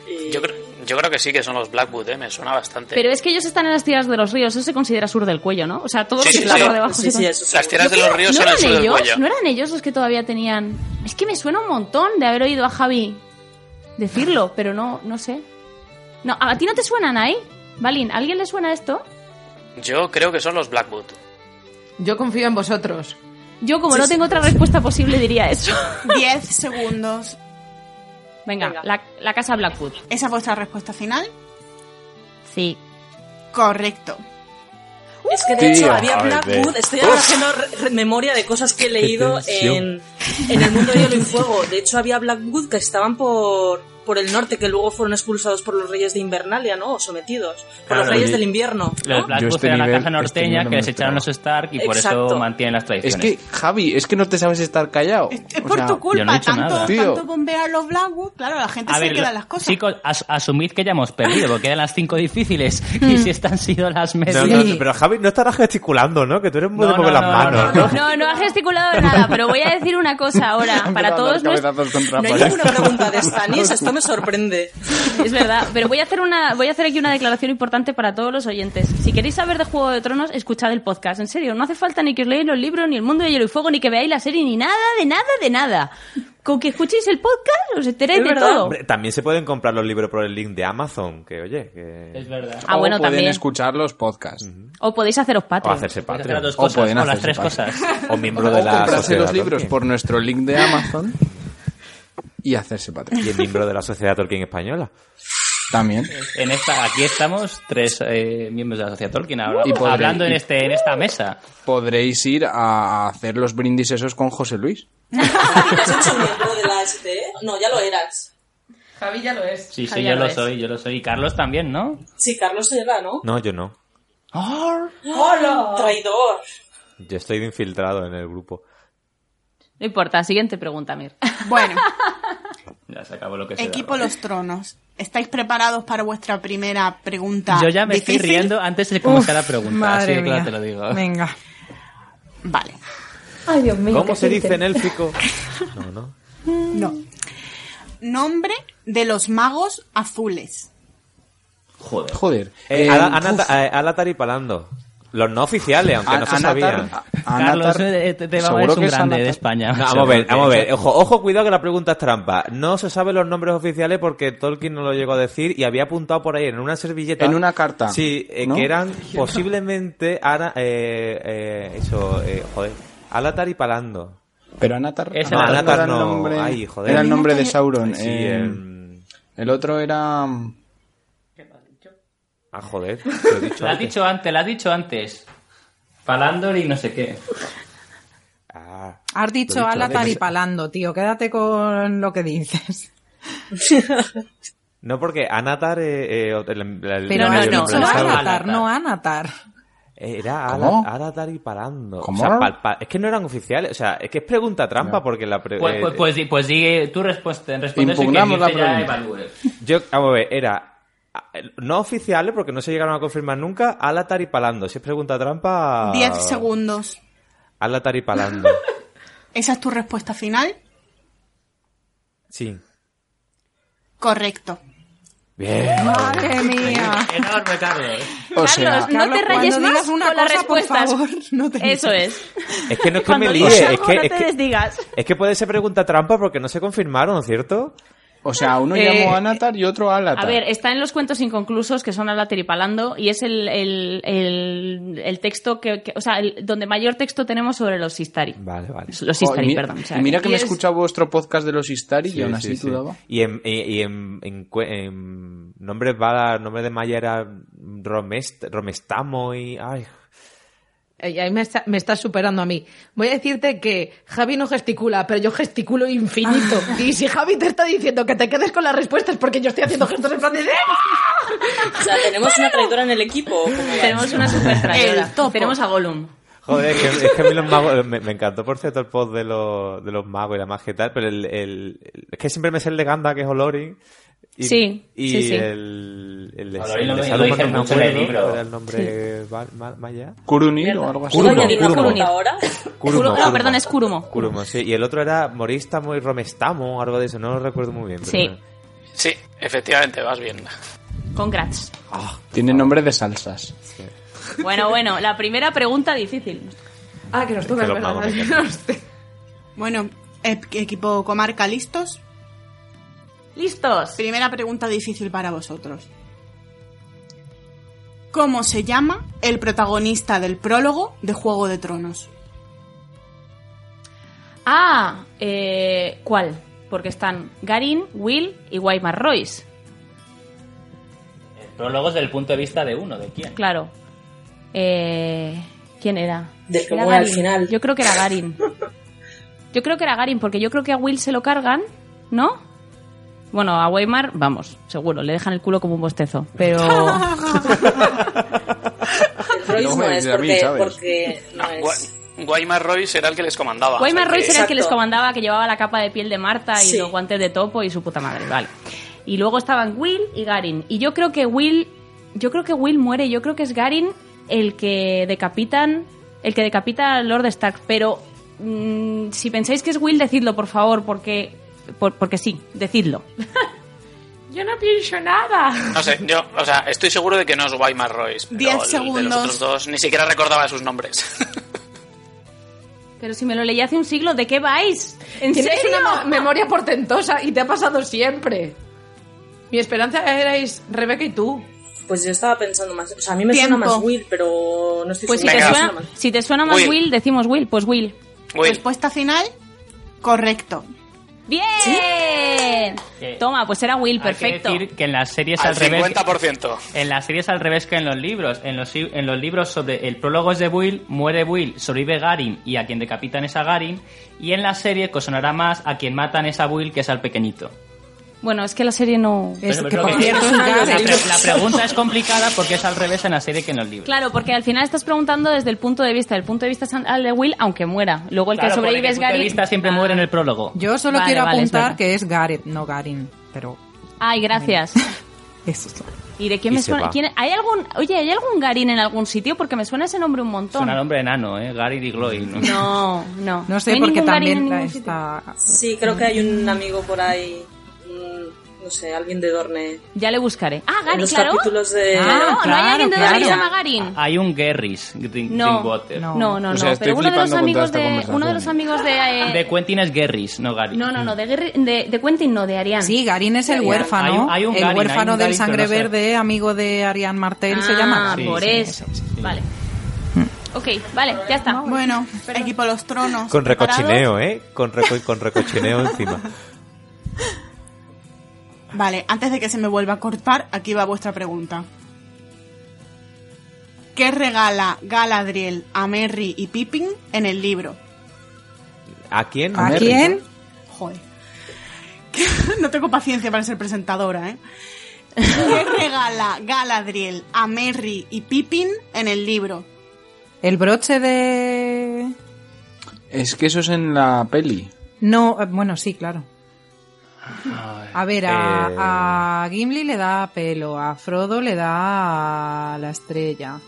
Eh,
Yo, creo- yo creo que sí que son los Blackwood, ¿eh? me suena bastante.
Pero es que ellos están en las tierras de los ríos, eso se considera sur del cuello, ¿no? O sea, todo
Sí,
lo que
sí,
está
sí.
por debajo
sí,
se
sí, eso
Las
seguro.
tierras de los ríos
¿No
son el
eran
sur del
ellos?
cuello.
¿No eran ellos los que todavía tenían...? Es que me suena un montón de haber oído a Javi decirlo, pero no, no sé. No, ¿a ti no te suenan ahí? Balín, ¿a ¿alguien le suena esto?
Yo creo que son los Blackwood.
Yo confío en vosotros.
Yo, como
Sí,
no
sí.
tengo otra respuesta posible, diría
*laughs*
eso.
*laughs* Diez segundos.
Venga,
Venga.
La, la casa Blackwood.
¿Esa es vuestra respuesta final?
Sí.
Correcto.
Es que de hecho
Tío,
había
joder.
Blackwood, estoy ahora haciendo re- re- memoria de cosas que he leído en, en el mundo de Hielo y Fuego. De hecho había Blackwood que estaban por, por el norte, que luego fueron expulsados por los reyes de Invernalia, ¿no? O sometidos. Por
Claro,
los reyes
y-
del *laughs* invierno.
Los
Yo
Blackwood
este
eran la
nivel-
casa
este
norteña
nivel no me
que les echaron los
esperaba.
Stark y por
Exacto.
eso mantienen las
Es
tradiciones.
que, Javi, es que no te sabes estar callado.
Es, es
O
por
sea,
tu
yo no
culpa,
he hecho
tanto,
nada.
Tío.
tanto bombear los Blackwood, claro, la gente
A
se
ver,
queda
lo-
las cosas.
chicos, as- asumid que ya hemos perdido, porque eran las cinco difíciles. y si estas han sido las medias.
No, no, pero Javi, no estarás gesticulando, ¿no? Que tú eres muy
No,
de mover
no,
las
no,
manos,
no,
*laughs*
No, no ha gesticulado nada, pero voy a decir una cosa ahora.
han
Para
empezado a
todos
dar
nuestros...
cabezazos contra
No hay
paredes.
ninguna pregunta de Stanis, esto me sorprende.
*laughs* Es verdad, pero voy a hacer una, voy a hacer aquí una declaración importante para todos los oyentes. Si queréis saber de Juego de Tronos, escuchad el podcast. En serio, no hace falta ni que os leáis los libros, ni el mundo de hielo y fuego, ni que veáis la serie, ni nada, de nada, de nada. Con que escuchéis el podcast, os enteréis
Es
de
verdad.
todo.
Hombre, también se pueden comprar los libros por el link de Amazon, que oye, que...
Es verdad.
Ah,
o
bueno,
pueden
también.
escuchar los podcasts.
O podéis haceros
O
Patreon.
hacerse
Puedes hacer las dos
Patreon.
O
cosas,
pueden
o las
hacerse
tres
Patreon.
cosas.
O
*laughs*
miembro
O
de la
comprarse
sociedad
los libros
Tolkien.
por nuestro link de Amazon y hacerse Patreon.
Y el miembro de la sociedad Tolkien española.
También.
En esta, aquí estamos tres eh, miembros de la sociedad Tolkien ahora,
Y podré-
hablando en
y-
este en esta mesa.
Podréis ir a hacer los brindis esos con José Luis.
¿Has hecho miembro de la STE? No, ya lo eras.
Javi ya lo es.
Sí, sí,
Javier
yo lo
Ruiz.
soy, yo lo soy. Y Carlos también, ¿no?
Sí, Carlos se va, ¿no?
No, yo no.
¡Hola! Traidor.
Yo estoy de infiltrado en el grupo.
No importa, siguiente pregunta, Mir.
Bueno,
Ya se acabó lo que se
equipo
daba.
Los Tronos, ¿estáis preparados para vuestra primera pregunta?
Yo ya me
difícil?
estoy riendo antes de comenzar la
Uf,
pregunta, así
madre
de claro
mía.
te lo digo.
Venga.
Vale.
Ay, Dios mío.
¿Cómo se dice en élfico? No, no.
No. Nombre de los magos azules.
Joder.
Joder.
Eh,
Eh,
Ala- Anata-
uf.
eh, Alatar y Palando. Los no oficiales, aunque no se
An-
sabían.
Anatar- a-
Carlos,
Anatar-
eh, te, te vamos,
seguro
es un
que es
grande de
Anatar.
España.
No, vamos a ver, vamos a ver. Ojo, ojo, cuidado que la pregunta es trampa. No se saben los nombres oficiales porque Tolkien no lo llegó a decir y había apuntado por ahí en una servilleta.
En una carta,
Sí, eh,
¿no?
que eran posiblemente Ana, eh, eh, eso, eh, joder, Alatar y Palando.
Pero Anatar,
Ese
Eh, no, Anatar
era el
no.
nombre,
Ay, joder.
era el nombre de Sauron.
Sí,
eh,
em,
El otro era...
*laughs*
Ah, joder.
La has dicho antes, la has dicho antes. Palandor y no sé qué.
Ah,
Has dicho ala taripalando, tío. Quédate con lo que
*laughs*
dices.
No, porque Anatar... eh, eh, el- el- el-
Pero
el-
no,
el-
no,
el- el-
no Anatar,
Alatar.
no Anatar.
Era
¿Cómo?
Ala- Alatar y Palando.
¿Cómo?
O sea, pal- pal- es que no eran oficiales. O sea, es que es pregunta trampa porque la... pre-
Pues,
eh,
pues, pues, di- pues di- tú responde, responde eso y que
Impugnamos la
Circe ya
pregunta.
evalúe.
Yo, vamos a ver, era ah, no oficiales porque no se llegaron a confirmar nunca, Alatar y Palando. Si es pregunta
Ah.
trampa...
10 segundos.
Alatar
*laughs*
y Palando.
¿Esa es tu respuesta final?
Sí.
Correcto.
Bien.
Madre mía.
Enorme, Carlos.
O
Carlos,
sea,
no
Carlos,
te rayes
cuando
más
digas una
con las
cosa, por
respuestas.
favor, *laughs* no te
Eso
digas.
es.
Es que no es que
Cuando
me líe,
digas
es
algo,
que,
no
es,
te
que,
desdigas.
es que puede ser pregunta trampa porque no se confirmaron, ¿cierto?
o sea, uno llamó a Anatar y otro a Alatar.
Eh, A ver, está en los cuentos inconclusos que son a la teripalando y es el, el, el, el texto que, que- o sea, el- donde mayor texto tenemos sobre los Istari.
Vale, vale.
Los
Oh, y
Istari,
mi-
perdón. o sea,
y mira que
y
me he
es-
escuchado vuestro podcast de los Istari
Sí,
y aún
sí,
así
sí.
dudaba.
Y en, y, y en, en cue- en nombres bala, nombre de Maya era Romest, Romestamo y... Ay,
Ay, ay, me, está- me estás superando a mí. Voy a decirte que Javi no gesticula, pero yo gesticulo infinito.
Ah.
Y si Javi te está diciendo que te quedes con las respuestas porque yo estoy haciendo gestos en ¡eh! plan de...
*laughs* O sea, tenemos una traidora en el equipo. ¿o cómo va
Tenemos
esto?
una
*laughs*
super
El
traidora.
topo.
Tenemos a Gollum.
Joder, es que, es que a mí los magos. Me, me encantó, por cierto, el post de los, de los magos y la magia y tal, pero el, el- el- es que siempre me sé el de Ganda, que es Olorin. Y,
Sí,
y
sí, sí.
el, el de,
Olorin
el
lo-
de
lo
Saruman
dicen
no me
mucho en el
acuerdo,
libro.
¿cuál era el nombre va- ma- maya.
Curunil o algo así.
¿Puedo
Curumo,
añadir una
curumo.
pregunta ahora?
Curumo,
no,
Curumo.
Ah, perdón, es Curumo.
Curumo, sí. Y el otro era Moristamo y Romestamo, o algo de eso, no lo recuerdo muy bien. pero
Sí.
bueno.
Sí, efectivamente, vas bien.
Congrats.
Ah.
Tiene nombre de salsas.
Bueno, bueno, la primera pregunta difícil.
Ah, que nos
Que
toca,
los
¿verdad?
magos me encantan.
Bueno, e- equipo comarca, ¿listos?
¿Listos?
Primera pregunta difícil para vosotros. ¿Cómo se llama el protagonista del prólogo de Juego de Tronos?
Ah, eh, ¿cuál? Porque están Garin, Will y Waymar Royce.
El prólogo es desde el punto de vista de uno, ¿de quién?
Claro. Eh, ¿Quién era?
Del que
Era
muere al
Garin.
final.
Yo creo que era
*laughs*
Garin. Yo creo que era Garin, porque yo creo que a Will se lo cargan, ¿no? Bueno, a Weimar, vamos, seguro, le dejan el culo como un bostezo. Pero. *laughs*
El Frois
No
no
me
es
digas a mí,
porque,
¿sabes?
porque no es.
Ah, Guaymar Royce era el que les comandaba. o
Weimar
sea
Royce
que-
era el que
Exacto.
les comandaba, que llevaba la capa de piel de Marta y
Sí.
los guantes de topo y su puta madre, vale. Y luego estaban Will y Garin. Y yo creo que Will. Yo creo que Will muere, yo creo que es Garin el que decapitan. El que decapita a Lord Stark. Pero mm, si pensáis que es Will, decidlo, por favor, porque. por- porque sí, decidlo. yo no pienso nada.
No sé, yo, o sea, estoy seguro de que no es Guaymar Royce. pero
Diez
el de
segundos.
los otros dos ni siquiera recordaba sus nombres. *laughs*
Pero si me lo leí hace un siglo, ¿de qué vais? ¿En
Tienes
serio?
una mo- memoria portentosa y te ha pasado siempre. Mi esperanza erais Rebeca y tú.
*laughs* Pues yo estaba pensando más. O sea, a mí me
Tiempo.
suena más Will, pero no estoy
Pues si
segura.
te,
Venga.
Me
suena,
más.
si te suena más
Will.
Will, decimos Will, pues Will.
Will,
Respuesta final, correcto.
¡Bien!
Sí.
Toma, pues era Will, perfecto.
Hay que decir que en las series
al
al, revés.
50%.
En las series al revés que en los libros. En los, en los libros sobre el prólogo es de Will, muere Will, sobrevive Garin y a quien decapitan es a Garin. Y en la serie sonará más a quien matan es a Will, que es al pequeñito.
Bueno, es que la serie no.
Es
Pero
que
creo
por
que-
cierto es
la,
Garin.
pre- la pregunta es complicada porque es al revés en la serie que en los libros.
Claro, porque al final estás preguntando desde el punto de vista, el punto de vista san- al de Will, aunque muera. Luego el
Claro,
que
porque
sobrevive
el
es
punto de
Gary.
vista siempre muere en el prólogo.
Yo solo
Vale,
quiero
vale, es
apuntar
verdad.
que es Gareth, no Garin, pero
Ay, gracias.
*laughs* eso.
¿Y de quién
Y
me
se
suena?
va.
¿Quién- ¿Hay algún, oye, ¿hay algún Garin en algún sitio? Porque me suena ese nombre un montón.
Suena nombre enano, ¿eh? Garin y Gloy. ¿no?
No, no.
No sé,
hay
porque
ningún Garin en
también la-
ningún sitio.
está...
Sí, creo que hay un amigo por ahí. mm, No sé, alguien de Dorne.
Ya le buscaré. Ah,
en
Gary,
los
claro.
capítulos de.
Claro, no hay
claro,
alguien de Dorne que se
claro.
llama Garin.
Hay un Gerris, Drink-
No.
Drinkwater.
No.
No, no, no.
Ah, O sea, estoy
Pero uno de los
flipando con
amigos
toda esta
de, uno de los
conversación. Ah,
amigos de, eh,
De Quentin es Gerris, no Garin.
No, no, no, de, Guerri- de, de Quentin no, de Arián.
Sí, Garin es el
Hay un-
huérfano.
hay un
el
Garin,
huérfano
hay un
del
Garin,
sangre
pero no sé.
verde, amigo de Arián Martel, se llama.
Ah,
Garin.
por
Sí,
eso. Vale. Ok, vale, ya está.
Bueno, equipo Los Tronos.
Con ¿eh?
¿preparados?
recochineo, ¿eh? Con, reco- con recochineo encima.
Vale, antes de que se me vuelva a cortar, aquí va vuestra pregunta. ¿Qué regala Galadriel a Merry y Pippin en el libro?
¿A quién?
¿A
Merry?
quién?
Joder. *laughs* No tengo paciencia para ser presentadora, ¿eh?
*laughs*
¿Qué regala Galadriel a Merry y Pippin en el libro?
El broche de...
Es que eso es en la peli.
No, eh, bueno, sí, claro. A ver,
Eh.
a, a Gimli le da pelo, a Frodo le da la estrella,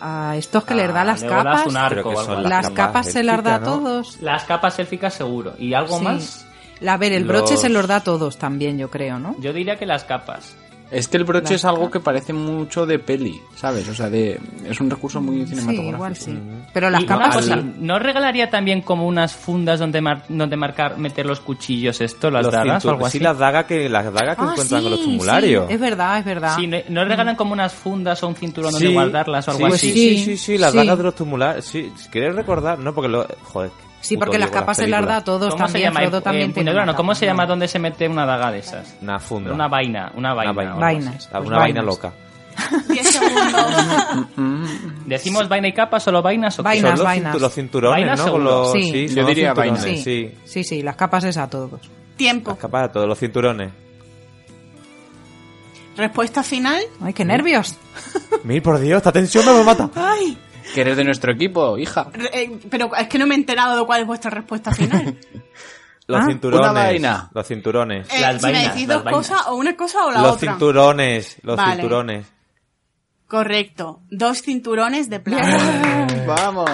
a estos que les da
Ah,
las
Legolas
capas,
un arco
Creo que
o algo
son
así.
las
las capas se las da a
élficas, ¿no?
todos.
Las capas élficas seguro. ¿Y algo
Sí.
más?
A ver, el broche
Los-
se los da a todos también, yo creo, ¿no?
Yo diría que las capas.
Es que el broche
La-
es algo que parece mucho de peli, ¿sabes? O sea, de, es un recurso muy
Sí, igual
cinematográfico.
sí. Pero las
Y una
capas
cosa,
sí.
¿No regalaría también como unas fundas donde, mar- donde marcar, meter los cuchillos esto, las
Los
dagas o
cintu-
algo
sí,
así?
las dagas que, las dagas que
Ah,
encuentran con los
sí, sí,
tumularios.
Es verdad, es verdad. Mm.
Sí, ¿no, no regalan como unas fundas o un cinturón donde
Sí,
guardarlas o algo
sí,
así?
Sí, sí, sí, sí, las
Sí.
dagas de los tumulares. Sí, queréis recordar, no, porque lo. Joder. qué
Sí,
puto
porque las
lío con
capas se las da a
películas.
todos
¿Cómo se
también.
llama?
Frodo
Eh,
también tiene
punedora,
una
no, ¿Cómo
capa,
se llama
¿no?
donde se mete una daga de esas?
Una funda.
Una vaina, una vaina.
vaina.
o algo así.
Vainas.
Ah,
Pues
Una vaina
vainas.
loca.
10 segundos.
*laughs* ¿Decimos vaina y capa, solo vainas o qué?
Vainas,
Son los,
vainas.
cintu- los cinturones,
Vainas
¿no? Con
seguro.
los,
Sí.
sí,
Yo
son los
diría
cinturones,
vainas.
Sí.
Sí. sí, sí, las capas es a todos.
Tiempo.
Las capas de todos los cinturones.
Respuesta final.
Ay, qué nervios.
Mil por Dios, esta tensión me mata.
Ay,
*laughs* Que eres de nuestro equipo, hija.
re- eh, pero es que no me he enterado de cuál es vuestra
*laughs*
respuesta final.
Los
Ah,
cinturones.
una vaina.
Los cinturones.
Eh,
Las
si me
vainas,
decís
las
dos
vainas.
cosas, o una cosa o la
los
otra.
cinturones. Los
Vale.
cinturones.
Correcto. Dos cinturones de plata.
*laughs*
Vamos.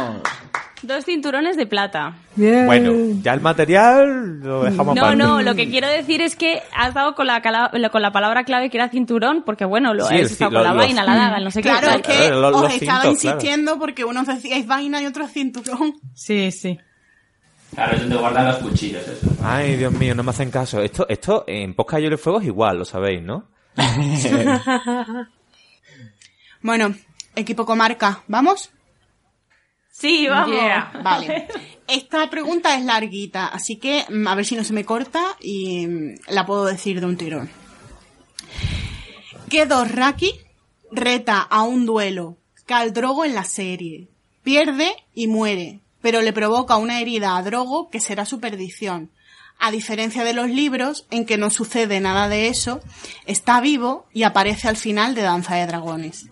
Dos cinturones de plata.
Bueno, ya el material lo dejamos
No,
aparte.
no, lo que quiero decir es que has dado con la, cala- lo- con la palabra clave que era cinturón, porque bueno, lo
Sí, el
has
ci-
estado
lo-
con la
los-
vaina, la daga, el no sé qué.
Claro, es
tal.
que
Claro, los-
os
los
estaba
cintos, claro.
insistiendo porque unos decíais vaina y otros cinturón.
Sí, sí.
Claro, es donde guardan los cuchillos eso.
Ay, Dios mío, no me hacen caso. Esto, esto en Posca y el Fuego es igual, lo
*laughs*
sabéis, ¿no?
Bueno, equipo comarca, ¿vamos?
Sí, vamos. *laughs*
Vale. Esta pregunta es larguita, así que mm, a ver si no se me corta y mm, la puedo decir de un tirón. ¿Qué dos Raki reta a un duelo Cal Drogo en la serie? Pierde y muere, pero le provoca una herida a Drogo que será su perdición. A diferencia de los libros, en que no sucede nada de eso, está vivo y aparece al final de Danza de Dragones.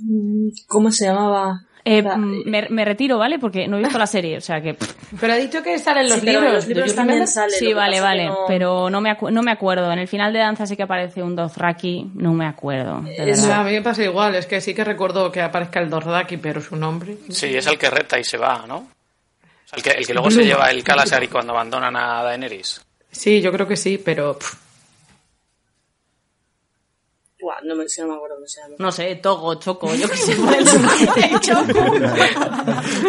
Mm, ¿Cómo se llamaba?
Eh,
La-
mm, me, me retiro, ¿ha ¿vale? Porque no he visto la serie, o sea que...
Pero ha dicho que salen los
Sí, pero
libros.
los libros
¿Yo
también
también?
salen. lo
sí,
que
vale,
pasa
vale,
que no-
pero no me, acu- no me acuerdo. En el final de danza sí que aparece un Dothraki, no me acuerdo. de
Es-
verdad.
Eh, a mí me pasa igual, es que sí que recuerdo que aparezca el Dordaki, pero su nombre.
Sí, es el que reta y se va, ¿no? O sea, el, que, el que luego se lleva el Kalasari cuando abandonan a Daenerys.
Sí, yo creo que sí, pero. pff,
Buah, no me, sí, no me acuerdo cómo se llama.
No sé, Togo, Choco, yo qué sé. por el nombre.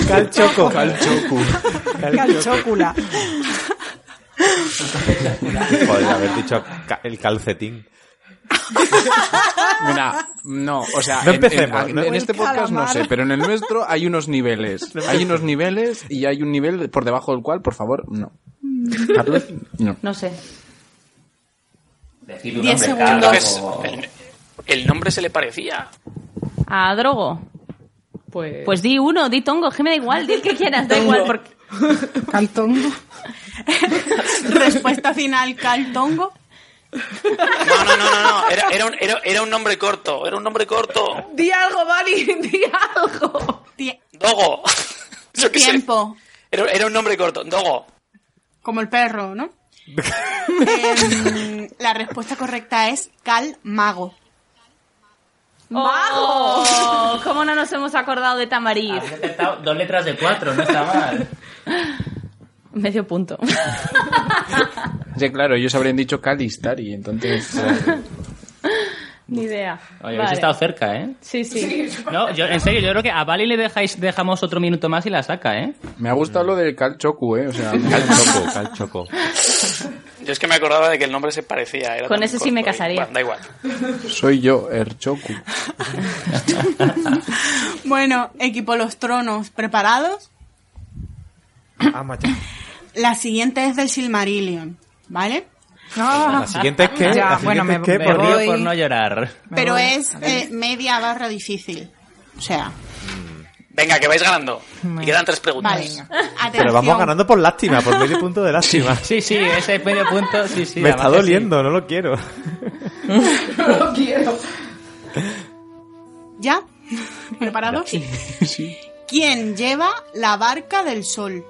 Calchoco.
Calchocu.
Calchócula.
Joder, haber dicho ca- el calcetín.
Mira, no, o sea,
No
en- en-
empecemos,
en,
¿no?
en este
El
podcast no sé,
calamar.
pero en el nuestro hay unos
*laughs*
niveles. Hay unos niveles y hay un nivel por debajo del cual, por favor, no.
Mm.
Carlos, no.
No sé.
Decir un
Diez
nombre,
Creo que es-
Carlos, o-
el, el nombre se le parecía.
¿A Drogo?
Pues.
Pues di uno, di Tongo, es que me da igual, di el que quieras, da igual. Porque...
*laughs* Caltongo.
Respuesta final, Cal Tongo.
No, no, no, no, no. Era, era un, era- era un nombre corto, era un nombre corto.
Di algo,
*laughs*
Vali, di algo.
Tie-
Dogo. *laughs* Yo qué sé.
Tiempo.
Era, era un nombre corto, Dogo.
Como el perro, ¿no? Em, la respuesta correcta es Cal Mago.
¡Mago! Oh, ¿Cómo no nos hemos acordado de Tamariz?
Habéis acertado dos letras de cuatro, no está mal.
Medio punto.
Sí, claro, ellos habrían dicho
*laughs*
Calistari, entonces... eh,
*laughs* Ni idea.
Oye, habéis
Vale.
estado cerca, ¿eh?
Sí, sí.
No, yo, en serio, yo creo que a Vali le dejáis, dejamos otro minuto más y la saca, ¿eh?
Me ha gustado lo del Calchocu, eh, o
*laughs*
sea...
Calchoco, calchoco.
Yo es que me acordaba de que el nombre se parecía. era
Con
tan
ese sí me
corto y-
casaría.
bueno, da igual.
Soy yo,
*laughs*
Erchoku.
Bueno, equipo Los Tronos, ¿preparados?
Ah, macho.
La siguiente es del Silmarillion, ¿vale? Ah.
La siguiente es que.
Ya,
la siguiente
bueno, me-
es que,
me
por Dios,
voy.
por
no llorar.
Pero es eh, media barra difícil. O sea,
Venga, que vais ganando. Y quedan tres preguntas.
vale.
*laughs*
Atención.
Pero vamos ganando por lástima, por medio punto de lástima.
Sí, sí, ese medio punto, sí, sí.
me está
además que sí.
doliendo, no lo quiero.
No lo quiero.
¿Ya? ¿Preparados?
Sí.
¿Quién lleva la barca del sol?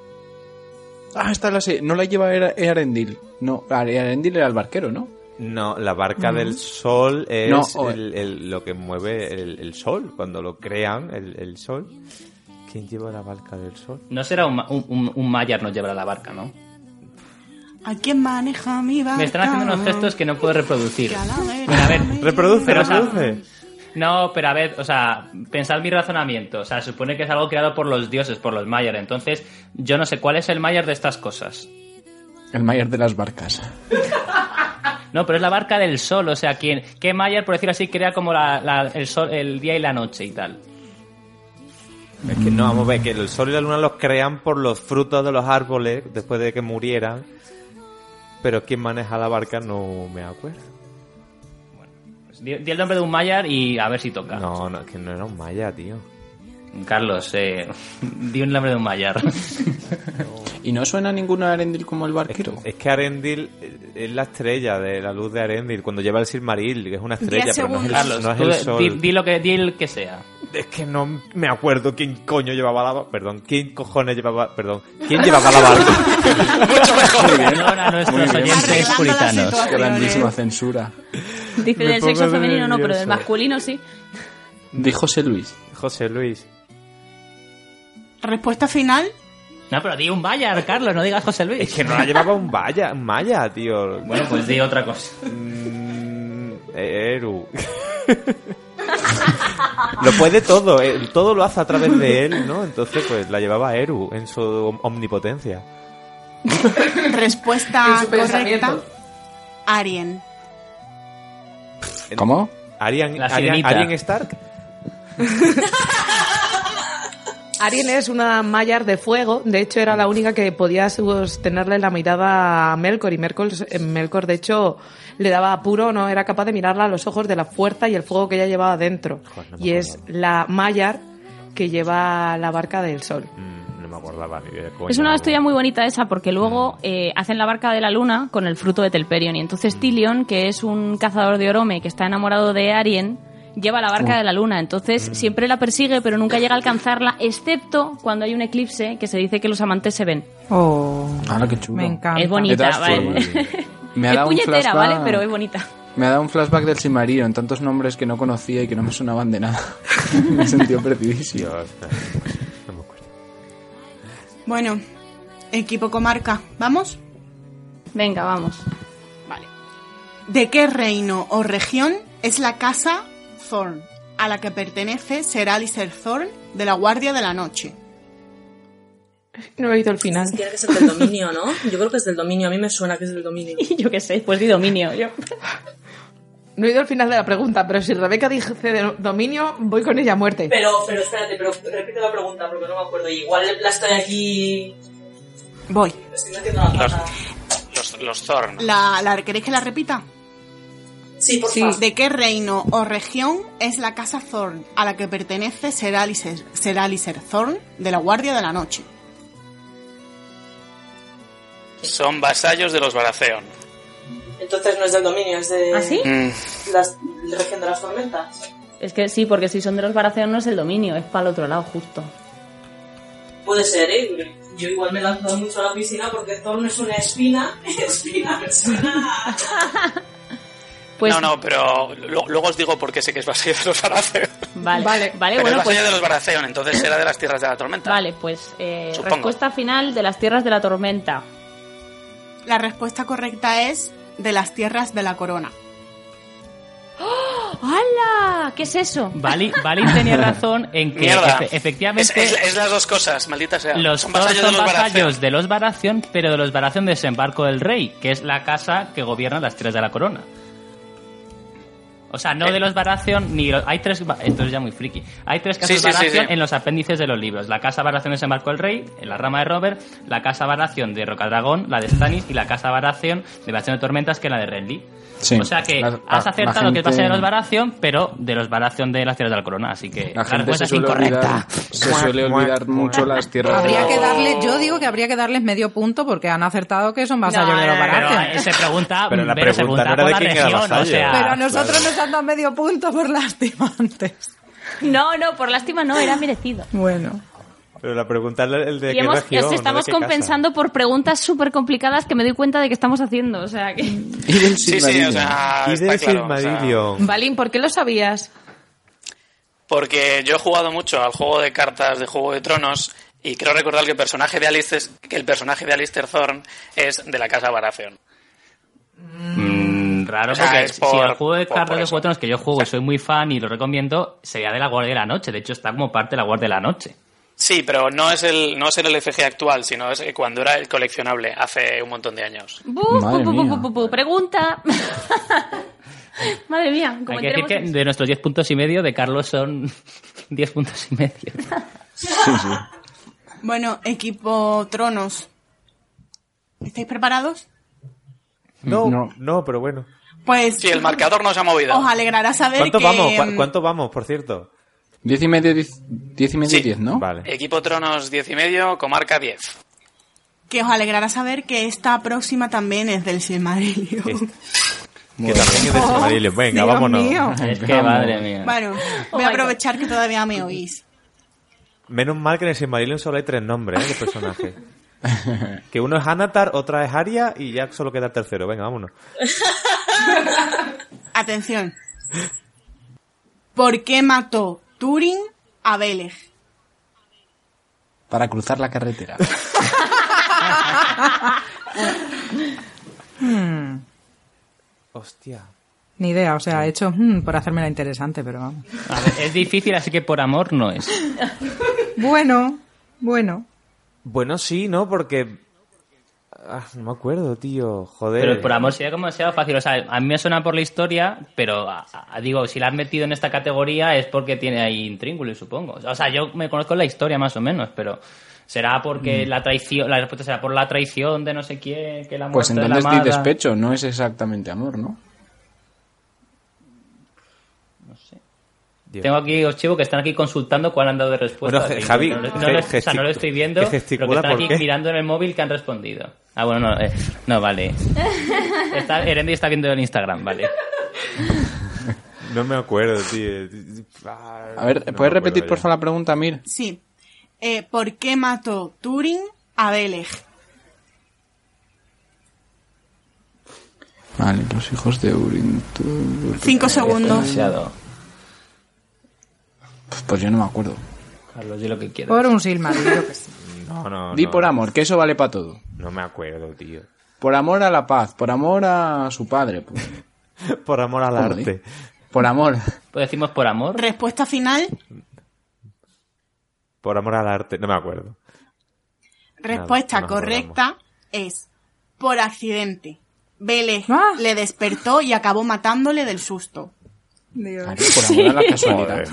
Ah, esta la sé. No la lleva Era- Earendil. No, Earendil era el barquero, ¿no?
No, la barca del sol es
No, o-
el- el- lo que mueve el, el sol, cuando lo crean, el, el sol. ¿Quién lleva la barca del sol?
No será un, ma- un, un, un Maillard nos llevará la barca, ¿no?
¿A quién maneja mi barca?
Me están haciendo unos gestos que no puedo reproducir.
Que a la vera-
Bueno, a ver.
Reproduce,
Pero, o sea,
reproduce.
No, pero a ver, o sea, pensad mi razonamiento. O sea, se supone que es algo creado por los dioses, por los Maillard. Entonces, yo no sé cuál es el Maillard de estas cosas.
El mayor de las barcas.
No, pero es la barca del sol. O sea, ¿quién, ¿qué Maillard, por decir así, crea como la- la- el, sol, el día y la noche y tal?
Es que no, vamos a ver, que el sol y la luna los crean por los frutos de los árboles después de que murieran. Pero quién maneja la barca no me acuerdo.
Pues Di, di el nombre de un Maillard y a ver si toca.
No, no, es que no era un maya, tío.
Carlos, eh, *laughs* di el nombre de un Maillard.
¿Y no suena ninguna Arendil como el
Es que,
barquero?
es que Arendil eh, es la estrella de la luz de Arendil cuando lleva el Silmaril, que es una estrella, pero no es el,
Carlos,
no es
tú
el
di-
sol.
Di, lo que, di el que sea.
Es que no me acuerdo quién coño llevaba la barca. Perdón, quién cojones llevaba. Perdón, quién llevaba la
*laughs*
barca.
Perdón a nuestros oyentes
Arreglando la
puritanos.
situación.
Grandísima censura.
*laughs* Dice
Me
del
pongo
sexo femenino no, pero del
nervioso.
masculino sí.
De José Luis.
José Luis.
Respuesta
*laughs*
final.
No, pero di un Maillard, Carlos, no digas José Luis.
Es que no la llevaba un vaya, un maya, tío.
Bueno, pues di otra cosa.
Mm, Eru. lo puede todo, eh, todo lo hace a través de él, ¿no? Entonces, pues la llevaba Eru en su om- omnipotencia.
En
Respuesta
su
correcta.
pensamiento.
Arien.
¿Cómo?
Arian,
La
Arian,
sirenita.
Arian Stark.
Arien es una Maillard de fuego, de hecho era la única que podía sostenerle la mirada a Melkor y Melkor, Melkor de hecho le daba apuro, no era capaz de mirarla a los ojos de la fuerza y el fuego que ella llevaba dentro.
Joder, no me
y es
acordaba.
la Maillard que lleva la barca del sol.
Mm, no me acordaba ni de coña.
Es una historia muy bonita esa porque
Mm.
luego eh, hacen la barca de la luna con el fruto de Telperion y entonces Tilion, que es un cazador de Orome que está enamorado de Arien, lleva la barca de la luna. Entonces
Mm.
siempre la persigue pero nunca llega a alcanzarla, excepto cuando hay un eclipse que se dice que los amantes se ven.
Oh,
Ah, qué chulo.
me encanta.
Es
De
bonita, *laughs*
todas
¿vale?
formas, Me ha
es
dado un
puñetera,
flashback.
¿vale? Pero es bonita.
Me ha dado un flashback del Silmarillion, tantos nombres que no conocía y que no me sonaban de nada. *laughs* me he sentido perdidísimo.
Dios, no me acuerdo.
Bueno, equipo comarca, ¿vamos?
Venga, vamos.
Vale. ¿De qué reino o región es la casa Thorn? A la que pertenece Seraliser Thorn de la Guardia de la Noche.
No he oído el final.
Tiene que ser del dominio, ¿no? Yo creo que es del dominio, a mí me suena que es del dominio.
*laughs* yo qué sé, pues di dominio. Yo.
No he oído el final de la pregunta, pero si Rebeca dice de dominio, voy con ella a muerte.
Pero, pero espérate, pero repite la pregunta porque no me acuerdo. Igual la estoy aquí.
Voy.
Estoy haciendo la pata.
Los, los Thorn.
La, la, ¿Queréis que la repita?
Sí, por
Sí.
favor.
¿De qué reino o región es la casa Thorn a la que pertenece Seraliser, Seraliser Thorn de la Guardia de la Noche?
Son vasallos de los Baratheon.
Entonces no es del dominio, es de.
¿Ah, sí?
Mm,
Las, la región de las tormentas.
Es que sí, porque si son de los Baratheon no es el dominio, es para el otro lado justo.
Puede ser, ¿eh? Yo igual me he lanzado mucho a la piscina porque Thorn es una espina. *laughs* espina, espina.
Pues
No, no, pero lo- luego os digo por qué sé que es vasallo de los Baratheon.
vale,
Vale.
vale, bueno,
Pero es vasallo
pues
de los Baratheon, entonces era de las tierras de la tormenta.
Vale, pues eh,
Supongo.
respuesta final de las tierras de la tormenta.
La respuesta correcta es de las tierras de la corona.
¡Hala! ¿Qué es eso?
Vali, Vali tenía razón en que
Mierda.
efe- efectivamente
Es, es- es las dos cosas, maldita sea.
los
son
Thor
vasallos de
son
los Baratheon.
vasallos de los Baración, pero de los Baración desembarco del rey, que es la casa que gobierna las tierras de la corona. O sea,
Eh.
no de los Baratheon ni los- hay tres ba- esto es ya muy friki. Hay tres casas
Sí, sí, sí,
Baratheon
sí.
en los apéndices de los libros. La casa Baratheon de San Marco el Rey, en la rama de Robert, la casa Baratheon de Rocadragón, la de Stannis y la casa Baratheon de Bastión de Tormentas que es la de Renly.
Sí.
O sea que
La- la-
has
la
acertado que
gente-
es base de los Baratheon, pero de los Baratheon de las Tierras de la Corona, así que
La
pues
gente
respuesta
se
es
suele
incorrecta.
olvidar, se suele olvidar mucho las tierras.
Habría que darle, yo digo que habría que darles medio punto porque han acertado que son vasallos
No,
de los
no, no,
Baratheon.
pero, eh, se
*laughs*
pregunta,
Pero la
pero se
pregunta no era
por
de
la
quién era
región,
vasallo.
o sea,
Pero a nosotros
claro.
nos han dado medio punto por lastimantes.
No, no, por lástima no, era merecido.
Bueno.
Pero la pregunta es el de
Y
qué
hemos,
región,
os
no de
estamos
qué casa.
compensando por preguntas súper complicadas que me doy cuenta de que estamos haciendo. O sea que.
Mm.
Y del
Sí, sí, o sea, está
Y del
claro. o sea,
Silmarillion.
Balín, ¿por qué lo sabías?
porque yo he jugado mucho al juego de cartas de Juego de Tronos y creo recordar que el personaje de Alistair, que el personaje de Alistair Thorne es de la casa Baratheon.
Mm, raro
O sea,
porque
es
si-
por-
si el juego de
por-
cartas
por
de
eso.
Juego de Tronos que yo juego y soy muy fan y lo recomiendo, sería de la Guardia de la Noche. De hecho, está como parte de la Guardia de la Noche.
Sí, pero no es el no es el LFG actual, sino es cuando era el coleccionable hace un montón de años.
Buf,
Madre
pu, pu,
mía.
pu, pu, pu, pregunta. *laughs* Madre mía, como
Hay que decir
entremos
que
en-
de nuestros 10 puntos y medio, de Carlos son *laughs* 10 puntos y medio.
Bueno, equipo Tronos. ¿Estáis preparados?
No,
No.
no, pero bueno.
Pues Oh.
Sí, el marcador no se ha movido.
os alegrará saber
¿Cuánto
que... mm,
vamos?
em,
¿Cu- ¿Cuánto vamos, por cierto?
Diez y medio, diez, diez y medio,
Sí.
diez, ¿no?
Vale.
Equipo Tronos 10 y medio, comarca 10.
que os alegrará saber que esta próxima también es del Silmarillion.
Es-
Muy
Que
bien.
también es de
Oh,
Silmarillion. Venga,
Dios
vámonos.
mío.
Es que
Vamos.
madre mía.
*laughs* Bueno,
Oh
voy
my
a
God.
aprovechar que todavía me oís.
Menos mal que en el Silmarillion solo hay tres nombres ¿eh? de
*laughs*
personajes. que uno es Anatar, otra es Aria y ya solo queda el tercero. Venga, vámonos.
Atención. ¿Por qué mató Turing a Belej?
Para cruzar la carretera.
Hostia.
Hmm, Ni idea, o sea, he hecho hmm, por hacérmela interesante, pero vamos.
A ver, es difícil, así que por amor no es.
Bueno, bueno.
Bueno, sí, ¿no? Porque... Ah, no me acuerdo, tío. Joder.
Pero por amor sería como demasiado fácil. O sea, a mí me suena por la historia, pero a- a- digo, si la han metido en esta categoría es porque tiene ahí intríngulis, supongo. O sea, yo me conozco la historia más o menos, pero será
Mm.
porque la traición, la respuesta será por la traición de no sé quién, que la muerte
Pues
de la
entonces di
amada.
despecho, no es exactamente amor, ¿no?
Dios.
Tengo aquí os chivo que están aquí consultando cuál han dado de respuesta. Sí,
Bueno, Javi,
no, lo- no
ge-
lo- o sea, no lo
gestic-
estoy viendo,
que
pero que
gesticula,
están
¿por
aquí
qué?
mirando en el móvil que han respondido. Ah, bueno, no, eh, no vale. Está, Erendi está viendo en Instagram, vale.
No me acuerdo, tío.
A ver, ¿puedes repetir por favor la pregunta, Mir?
Sí. Eh, ¿Por qué mató Turing a Belej?
Vale, los hijos de Urin. tú-
Cinco segundos.
Demasiado.
Pues yo no me acuerdo.
Carlos, di lo que quieras.
Por un Silmarillion, yo que sé.
No, no,
Di
no.
por amor, que eso vale para todo.
No me acuerdo, tío.
Por amor a la paz, por amor a su padre, por,
*laughs* Por amor al
¿Cómo
arte.
por amor.
Pues decimos por amor.
Respuesta final.
Por amor al arte. No me acuerdo.
Respuesta
nos
correcta es por accidente. Belej
Ah.
le despertó y acabó matándole del susto.
Claro, por amor a la casualidad.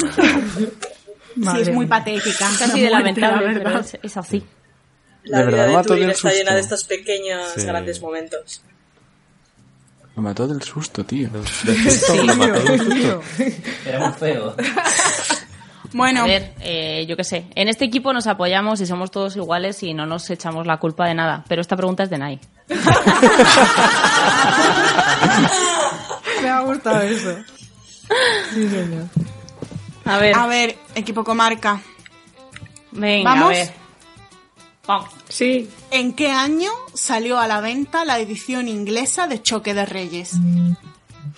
Madre
sí, es muy
mía.
patética.
Es así de
La muerte,
lamentable,
la
pero
verdad.
es, es así.
La
De
vida
verdad,
de
mato
Turing
del
está llena
susto.
de estos pequeños
Sí.
grandes momentos.
Me mató del susto, tío.
Era muy feo.
Bueno,
A ver, eh, yo qué sé. En este equipo nos apoyamos y somos todos iguales y no nos echamos la culpa de nada. Pero esta pregunta es de Nai.
Me ha gustado eso.
A ver,
a ver, equipo comarca.
venga,
¿vamos?
a ver. Vamos.
Sí.
¿En qué año salió a la venta la edición inglesa de Choque de Reyes?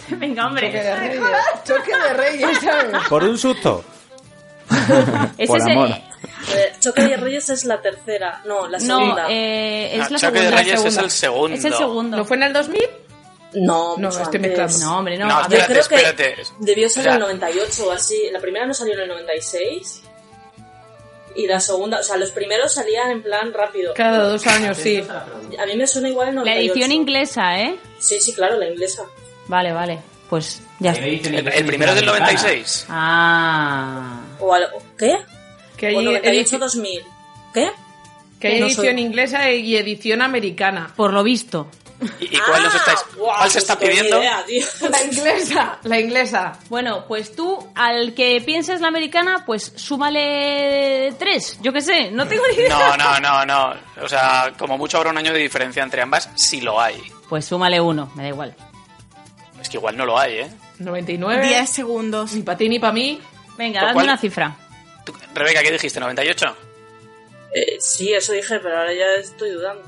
Venga, hombre.
Choque de reyes, ¿sabes?
Por un susto.
*laughs* Ese
Por
es
amor.
eh,
Eh, Choque de Reyes es la tercera, no, la
no,
segunda.
eh, es
Ah,
la
Choque
segunda.
de Reyes
la
es
segunda.
el segundo.
Es el segundo.
¿No fue en el 2000?
no,
No,
mucho
estoy
antes.
mezclando.
No, hombre, no.
No,
a ver.
Yo creo que
Espérate.
debió ser en el
Ya.
98 o así. La primera no salió en el 96. Y la segunda, o sea, los primeros salían en plan rápido.
Cada dos años, sí.
A mí me suena igual en
La
98.
edición inglesa, ¿eh?
Sí, sí, claro, la inglesa.
Vale, vale. pues ya está.
El, el primero del 96.
Ah.
O al- ¿Qué?
Que
O
hay
98 2000. ¿Qué?
Que hay
No soy-
edición inglesa y edición americana.
Por lo visto.
¿Y, y cuál nos estáis?
Ah,
¿Cuál se
pues
está pidiendo?
La inglesa, la inglesa.
Bueno, pues tú, al que pienses la americana, pues súmale tres. Yo qué sé, no tengo ni idea.
No, no, no, no. O sea, como mucho habrá un año de diferencia entre ambas, si lo hay.
Pues súmale uno, me da igual.
Es que igual no lo hay, ¿eh?
99.
10 segundos.
Ni para ti ni para mí.
Venga,
¿Por
dame
cuál?
una cifra.
Tú- Rebeca, ¿qué dijiste? ¿98?
Eh, sí, eso dije, pero ahora ya estoy dudando.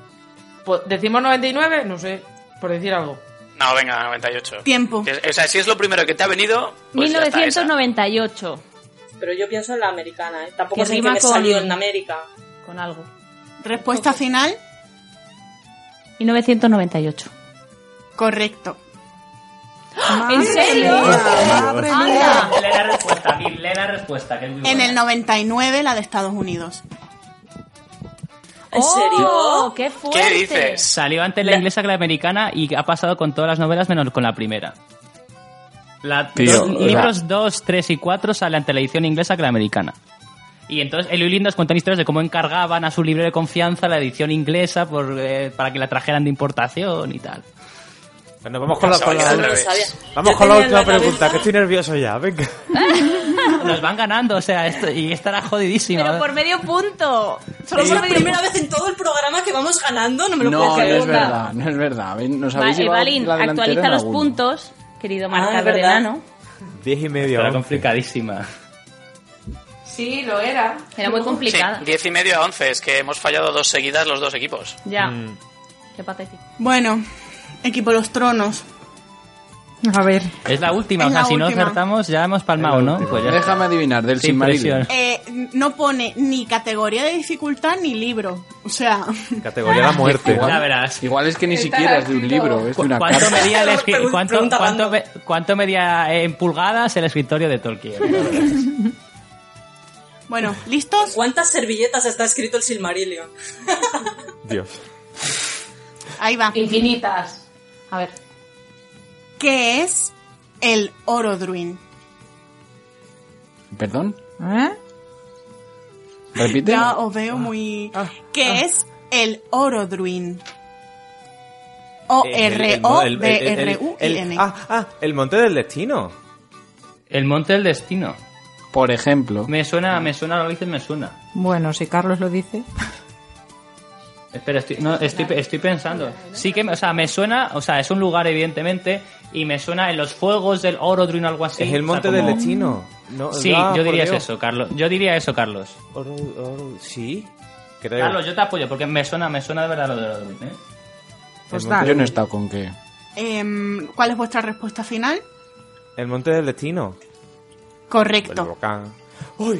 Pues, ¿Decimos 99? No sé, por decir algo.
No, venga, 98.
Tiempo.
Es- O sea, si es lo primero que te ha venido, pues ya está, esa.
1998.
Pero yo pienso en la americana, ¿eh? Tampoco
Que
sé que
rima
me
con-
salió en América.
Con algo.
Respuesta final,
*laughs* 1998.
correcto. Ah,
¿En serio?
Ah,
Madre mía.
Lee la respuesta, Gil, lee la respuesta. Que es muy
En
buena.
el 99, la de Estados Unidos.
¿En
Oh,
serio?
¡Qué fuerte!
¿Qué dices?
Salió antes la inglesa que la americana y ha pasado con todas las novelas menos con la primera. La,
Tío,
dos-
o sea-
libros 2, 3 y 4 sale ante la edición inglesa que la americana. Y entonces Elio y Lynn nos cuentan historias de cómo encargaban a su libro de confianza la edición inglesa por, eh, para que la trajeran de importación y tal.
Bueno, vamos con la,
Ya
con la-
sabía,
No
al
lo
revés.
sabía.
vamos
Yo
con la
tenía en
última pregunta,
cabeza-
que estoy nervioso ya, venga.
Nos van ganando, o sea, esto, y estará jodidísimo.
Ah.
Pero por medio punto. Solo
Es
por
la
medio
primera vez en todo el programa que vamos ganando, no *laughs* me
No,
lo
no
puedo creer.
es verdad, no es verdad. Nos habéis
Vale,
llevado
Valín,
la delantera
actualiza
en
los
alguno.
puntos, querido marcador
¿verdad?
enano.
Diez y medio.
Estará
once.
complicadísima.
Sí, lo era.
Era muy
Sí,
complicada.
10 y medio a 11. Es que hemos fallado dos seguidas los dos equipos.
Ya. Qué patético.
Bueno, equipo Los Tronos.
A ver,
Es la última,
Es
o sea,
la
si no
última.
acertamos ya hemos palmado, ¿no? Pues ya está.
Déjame adivinar, del
Sin
Silmarillion.
Eh, no pone ni categoría de dificultad ni libro. O sea,
Categoría la muerte.
Ya verás.
Igual es que ni siquiera es de un libro, es de
¿Cu-
una
¿Cuánto
carta.
medía, el
*laughs*
escri-
Pregun-
cuánto-
pregunta
cuánto
random.
me- cuánto medía en pulgadas el escritorio de Tolkien?
bueno, ¿listos?
¿Cuántas servilletas está escrito el Silmarillion?
Dios.
Ahí va.
Infinitas. A ver.
¿Qué es el Orodruin?
¿Perdón?
¿eh?
¿Repite? Ah.
Ya os veo muy...
Ah.
¿Qué es el Orodruin? E O-R-O-D-R-U-I-N.
Ah, ah, el monte del destino.
El monte del destino.
Por ejemplo,
Me suena, me suena, lo dices, me suena.
Bueno, si Carlos lo dice.
Espera, estoy, no, estoy, estoy pensando. Sí que, me- o sea, me suena, o sea, es un lugar evidentemente y me suena en los fuegos del Orodruin o algo así.
es el
o sea,
monte
como-
del destino. No,
Sí,
ah,
yo
por
diría
Dios.
eso, Carlos. Yo diría eso, Carlos.
Oro- oro- sí, creo.
Carlos, yo te apoyo porque me suena, me suena de verdad lo de Orodruin, ¿eh?
Pues
El
dale.
yo no he estado con que...
Em, ¿Cuál es vuestra respuesta final?
El monte del destino. El
Correcto.
volcán.
¡Madre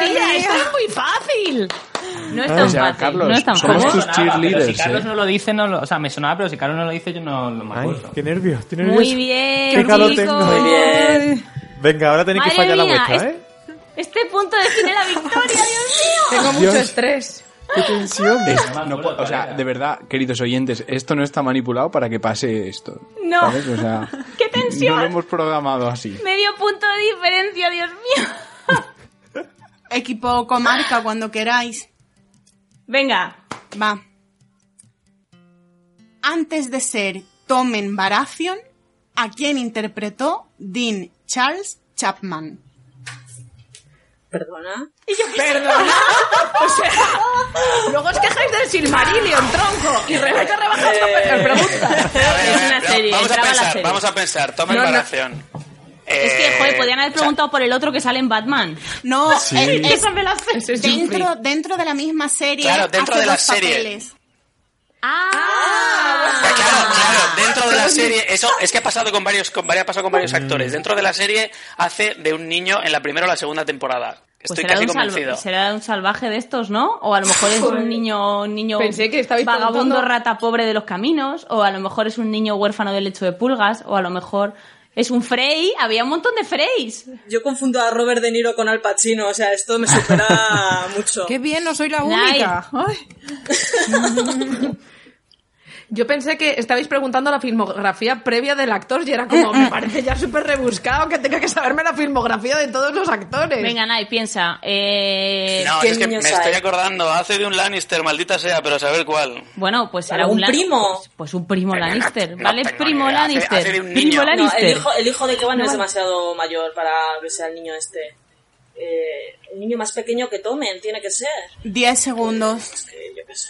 tía, esto es muy fácil! No es
Ah,
tan
O sea,
fácil.
Carlos,
no es tan
somos
fácil.
tus
Sonaba, pero Si
cheerleaders,
Carlos
¿eh?
no lo dice, no lo, o sea, me sonaba, pero si Carlos no lo dice, yo no lo me
Ay,
acuerdo.
qué nervios, qué nervios.
Muy bien,
Qué calor
chicos.
tengo. Muy
bien.
Venga, ahora tenéis que
Madre
fallar la
mía,
vuestra,
es-
¿eh?
Este punto define la victoria, Dios mío.
*laughs* Tengo mucho estrés.
¡Qué tensión!
Es-
me
no
acuerdo
puedo- o
cuál
sea,
era.
de verdad, queridos oyentes, esto no está manipulado para que pase esto.
No.
¿sabes?
*laughs*
O sea,
¡Qué tensión!
No lo hemos programado así.
Medio punto de diferencia, Dios mío.
Equipo comarca, cuando queráis.
Venga,
Va. Antes de ser Tomen Baratheon, ¿a quién interpretó Dean Charles Chapman?
¿Perdona? *laughs*
Perdona. O sea, luego os quejáis del Silmarillion, tronco. Y Rebeca rebaja
Eh.
la
*laughs*
pregunta.
A ver, a
Es
ver,
una serie,
vamos a
graba la
pensar,
serie.
vamos a pensar. Toma
No, no.
embaración.
es que, joder, podrían haber
Eh, o sea,
preguntado por el otro que sale en Batman. *laughs*
No, eh, es,
Esa me la sé.
Ese es
dentro,
Joffrey.
dentro de la misma serie.
Claro, dentro
hace
de la
dos
serie.
papeles.
¡Ah!
Claro, claro, dentro de la serie, eso es que ha pasado con varios, con, ha pasado con varios actores. Dentro de la serie hace de un niño en la primera o la segunda temporada.
Pues
Estoy
será,
casi
un salva-
convencido.
será un salvaje de estos, ¿no? O a lo mejor es un niño, un niño
Pensé que estabais
vagabundo
preguntando-
rata pobre de los caminos, o a lo mejor es un niño huérfano del lecho de pulgas, o a lo mejor es un Frey. Había un montón de Freys.
Yo confundo a Robert De Niro con Al Pacino, o sea, esto me
*laughs*
supera mucho.
Qué bien, no soy la única. Ay.
Yo pensé que estabais preguntando la filmografía previa del actor y era como, me parece ya súper rebuscado que tenga que saberme la filmografía de todos los actores.
Venga, Nay, piensa. Eh,
No, es que me estoy acordando. Hace de un Lannister, maldita sea, pero saber cuál.
Bueno, pues será
¿Algún
un Lan-
primo?
Pues, pues un primo Lannister,
no
¿vale?
tengo
primo
ni idea. Hace-
Lannister.
hace de un
primo
niño.
No,
Lannister.
el, hijo, el hijo de Kevan no es
Vale.
demasiado mayor para que sea el niño este. Eh, el niño más pequeño que tomen, tiene que ser.
10 segundos.
Eh, yo qué sé.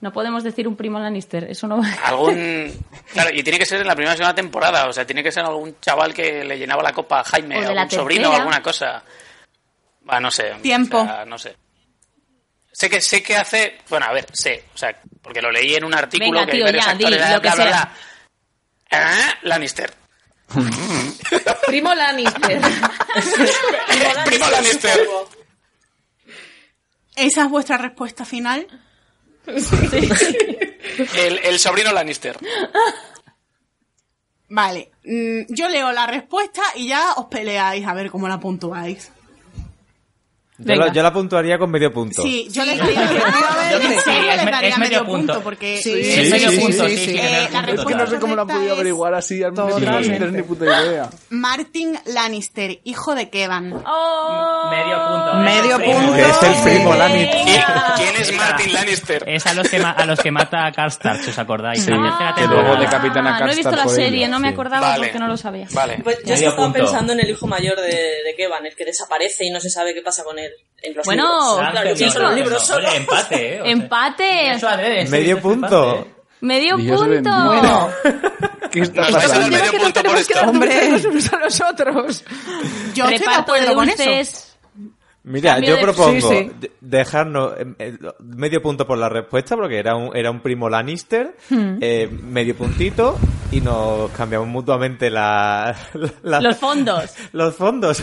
No podemos decir un primo Lannister, eso no va.
Algún. Claro, y tiene que ser en la primera o segunda temporada. O sea, tiene que ser algún chaval que le llenaba la copa a Jaime,
O de
algún
la
sobrino o
tercera.
alguna cosa. Va, no sé.
Tiempo.
O sea, no sé. Sé que, sé que hace. Bueno, a ver, sé. O sea, porque lo leí en un artículo
Venga,
que
tío,
hay varios
ya, di,
actores,
lo que
bla, bla,
sea.
bla. Ah, Lannister.
Primo
*laughs*
Lannister.
*laughs* Primo Lannister.
¿Esa es vuestra respuesta final?
El, el sobrino Lannister.
Vale, mm, yo leo la respuesta y ya os peleáis a ver cómo la puntuáis.
Yo, lo- yo la puntuaría con medio punto.
Sí, yo le daría,
Yo creo que
sí,
sí,
le
es me-
daría
es
medio,
medio
punto,
punto.
porque
Sí, Sí, es sí, medio sí, punto, sí, sí,
Eh,
sí, sí, es
la
medio punto.
respuesta
Es que no
sé cómo la
correcta
podía
es
averiguar así al principio, no
Totalmente.
tienes ni puta idea.
Martin Lannister, hijo de Kevan.
Medio punto.
Medio
Este
punto.
Este Es el primo
¿Quién, quién es Martin Lannister?
Es a los que, ma- a los que mata a Karstarch, si os acordáis.
Sí,
En la tercera
que
temporada.
luego decapitan
Ah, no he visto la serie, no me acordaba
Vale.
porque no lo sabía.
Vale.
Pues yo
Medio
estaba
punto.
pensando en el hijo mayor de, de Kevan, el que desaparece y no se sabe qué pasa con él en los
Bueno,
libros.
Claro,
claro,
Ángel,
yo
no,
son los
no, eh,
libros
*laughs*
solo. eh, Em-
empate,
¡Empate!
Medio punto.
¡Medio
Dios
punto!
bendito.
Bueno,
¿Qué está
Nos vais a dar
pasando?
medio punto por esto.
hombre,
a los otros.
Yo estoy de
Reparto de
acuerdo con eso.
dulces.
Mira,
Cambio
yo
de-
propongo
Sí, sí.
de- dejarnos eh, eh, medio punto por la respuesta, porque era un, era un primo Lannister,
Hmm.
eh, medio puntito, y nos cambiamos mutuamente la, *laughs* la-
Los fondos.
los fondos.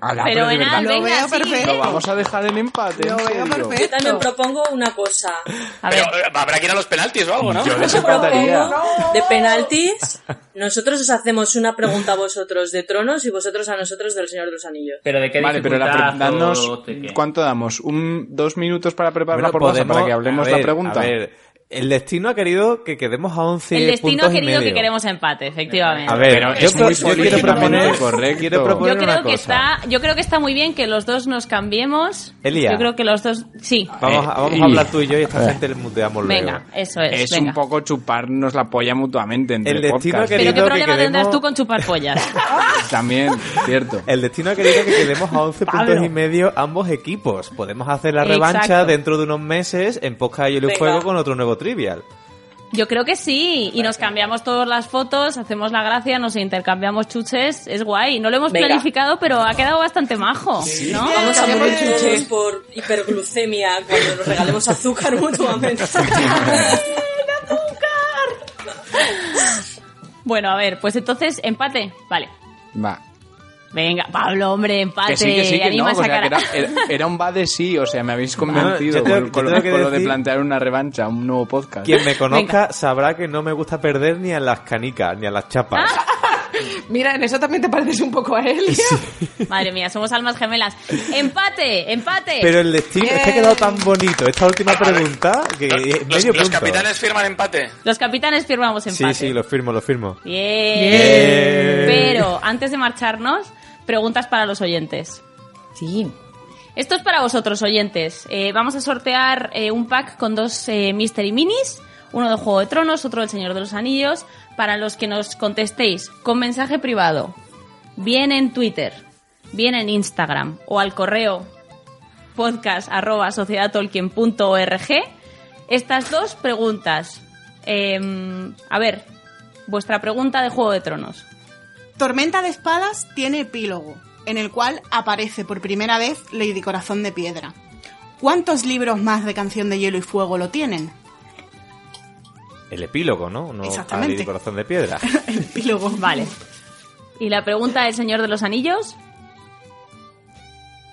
Ala,
Pero
de
en
verdad,
al-
lo
Venga,
veo
sí.
Lo
perfecto.
vamos a dejar en empate.
Lo
en
veo
serio.
perfecto.
Yo también propongo una cosa.
*laughs* A ver,
Pero, eh, habrá que ir a los penaltis o algo, ¿no?
Yo les
Yo
empataría.
propongo de penaltis. Nosotros os hacemos una pregunta a vosotros de Tronos y vosotros a nosotros del Señor de los Anillos.
Pero de qué
Vale, pero la
dificultad
pre- danos,
o de qué?
¿cuánto damos? ¿Un, ¿Dos minutos para prepararla
Bueno,
por WhatsApp
podemos-
para que hablemos
a ver,
la pregunta?
A ver, el destino ha querido que quedemos a 11
el destino ha
puntos y
querido que
medio.
queremos empate, efectivamente. eh,
A ver,
Pero
yo,
es
pro-
muy
yo quiero
políticamente
proponer,
correcto.
quiero
Yo
proponer
creo
una
que
cosa.
está, yo creo que está muy bien que los dos nos cambiemos.
Elia.
Yo creo que los dos, sí.
Vamos, a, vamos a
Eh,
hablar tú y yo y esta gente le muteamos luego.
Venga, eso es.
Es
venga.
un poco chuparnos la polla mutuamente entre
El destino
podcasts.
ha
Pero qué
querido que
problema tendrás
quedemos-
tú con chupar pollas.
*laughs*
También, cierto.
El destino ha querido que quedemos a 11 puntos y medio ambos equipos. Podemos hacer la revancha
Exacto.
dentro de unos meses en Posca y el
Venga.
Juego con otro nuevo trivial.
Yo creo que sí. Y nos cambiamos todas las fotos, hacemos la gracia, nos intercambiamos chuches. Es guay. No lo hemos
Venga.
planificado, pero ha quedado bastante majo. ¿no?
Vamos a morir todos por hiperglucemia cuando nos regalemos azúcar *laughs* mutuamente.
Bueno, a ver, pues entonces, empate. Vale.
Va.
Venga, Pablo, hombre, empate.
Que sí, que sí, que no. pues
Anima
O
esa
sea, que
cara.
era, era, era un va de sí, o sea, me habéis convencido
Ah, yo tengo-
con, con lo,
yo tengo que
con lo de
decir-
plantear una revancha, un nuevo podcast.
Quien me conozca sabrá que no me gusta perder ni a las canicas, ni a las chapas.
Ah,
*laughs* Mira, en eso también te pareces un poco a Elia.
Madre mía, somos almas gemelas. Empate, empate.
Pero el destino es
Eh.
que ha
Eh.
quedado tan bonito. Esta última pregunta que
Los-
es
los,
medio
los
punto.
capitanes firman empate.
Los capitanes firmamos empate.
Sí, sí, lo firmo, lo firmo.
Bien.
Bien.
Pero antes de marcharnos, preguntas para los oyentes.
Sí.
Esto es para vosotros, oyentes. Eh, vamos a sortear eh, un pack con dos eh, Mystery Minis, uno de Juego de Tronos, otro del Señor de los Anillos, para los que nos contestéis con mensaje privado, bien en Twitter, bien en Instagram o al correo podcast arroba sociedadtolkien.org estas dos preguntas. Em, a ver, vuestra pregunta de Juego de
*laughs*
Tronos.
Tormenta de Espadas tiene epílogo, en el cual aparece por primera vez Lady Corazón de Piedra. ¿Cuántos libros más de Canción de Hielo y Fuego lo tienen?
El epílogo, ¿no? No
Exactamente.
Cáliz y corazón
*laughs*
de piedra.
El epílogo.
Vale. Y la pregunta del Señor de los Anillos.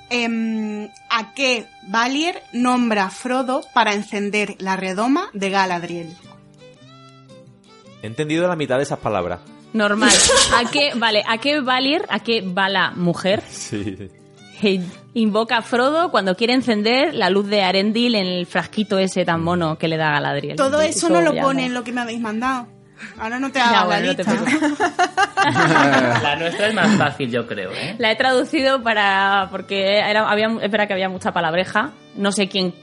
Em, ¿A qué Valier nombra Frodo para encender la redoma de Galadriel?
He entendido la mitad de esas palabras.
*laughs*
Normal. ¿A qué, vale, a qué Valir, a qué Bala mujer
Sí.
que invoca a Frodo cuando quiere encender la luz de Arendil en el frasquito ese tan mono que le da Galadriel.
Todo eso no lo
ya
pone en lo que me habéis mandado. Ahora no te
Ya,
hago la
bueno, no te
lista.
La nuestra es más fácil, yo creo, ¿eh?
La he traducido para. porque era, había, espera que había mucha palabreja. No sé quién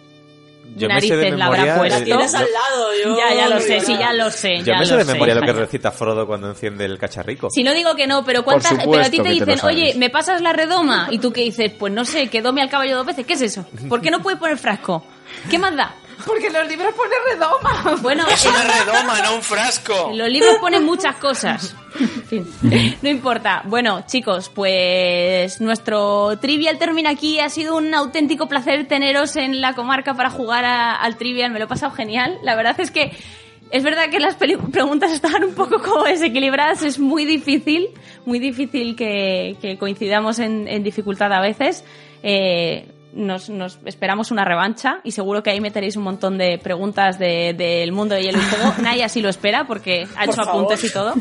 Yo me sé de
narices la
memoria
habrá
el-
puesto.
La tienes al
lado, yo-
Ya, ya lo sé, sí, ya lo sé.
Yo
ya
me sé
lo
de memoria lo que
hija, ya.
recita Frodo cuando enciende el cacharrico.
Si no digo que no, pero cuántas,
Por
pero a ti te
supuesto que te lo
dicen,
sabes.
oye, ¿me pasas la redoma? Y tú que dices, pues no sé, que dome al caballo dos veces, ¿qué es eso? ¿Por qué no puede poner frasco? ¿Qué más da?
Porque los libros ponen redoma.
Bueno, *laughs*
Es una redoma, no un frasco.
en los libros ponen muchas cosas. En fin, no importa. Bueno, chicos, pues nuestro trivial termina aquí. Ha sido un auténtico placer teneros en la comarca para jugar a- al trivial. Me lo he pasado genial. La verdad es que es verdad que las peli- preguntas estaban un poco como desequilibradas. Es muy difícil, muy difícil que, que coincidamos en, en dificultad a veces. Eh, nos, nos esperamos una revancha y seguro que ahí meteréis un montón de preguntas de- del mundo de hielo y
*laughs*
fuego. Nadie así lo espera porque ha
Por
hecho
favor.
apuntes y todo.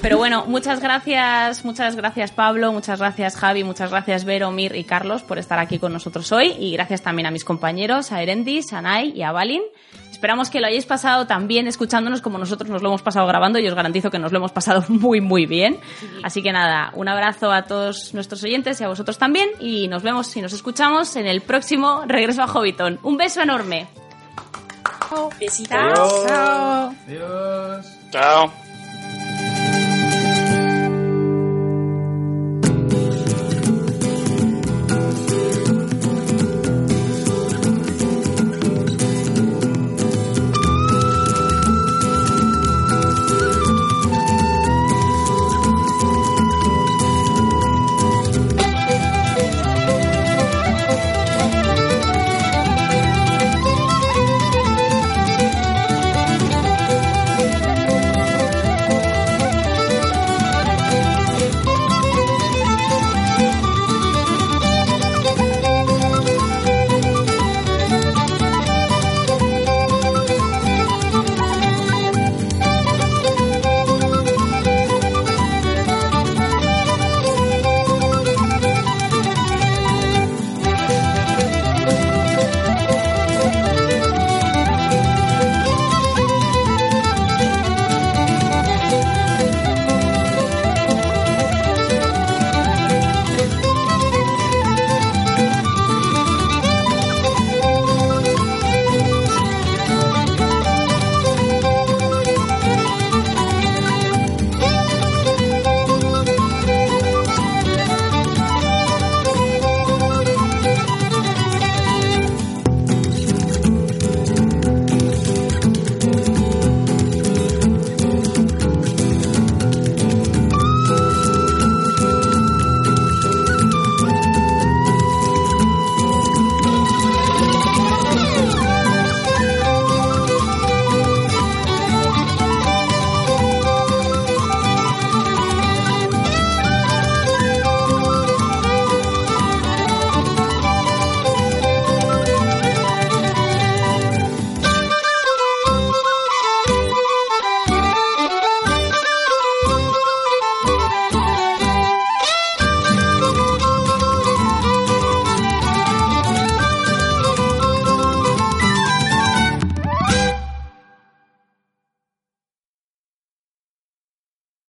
Pero bueno, muchas gracias, muchas gracias Pablo, muchas gracias Javi, muchas gracias Vero, Mir y Carlos por estar aquí con nosotros hoy y gracias también a mis compañeros, a Erendis, a Nay y a Balin. Esperamos que lo hayáis pasado tan bien escuchándonos como nosotros nos lo hemos pasado grabando y os garantizo que nos lo hemos pasado *laughs* muy muy bien. Así que nada, un abrazo a todos nuestros oyentes y a vosotros también y nos vemos y nos escuchamos en el próximo Regreso a Hobbiton. Un beso enorme.
Besitos.
Chao.
Adiós.
Chao.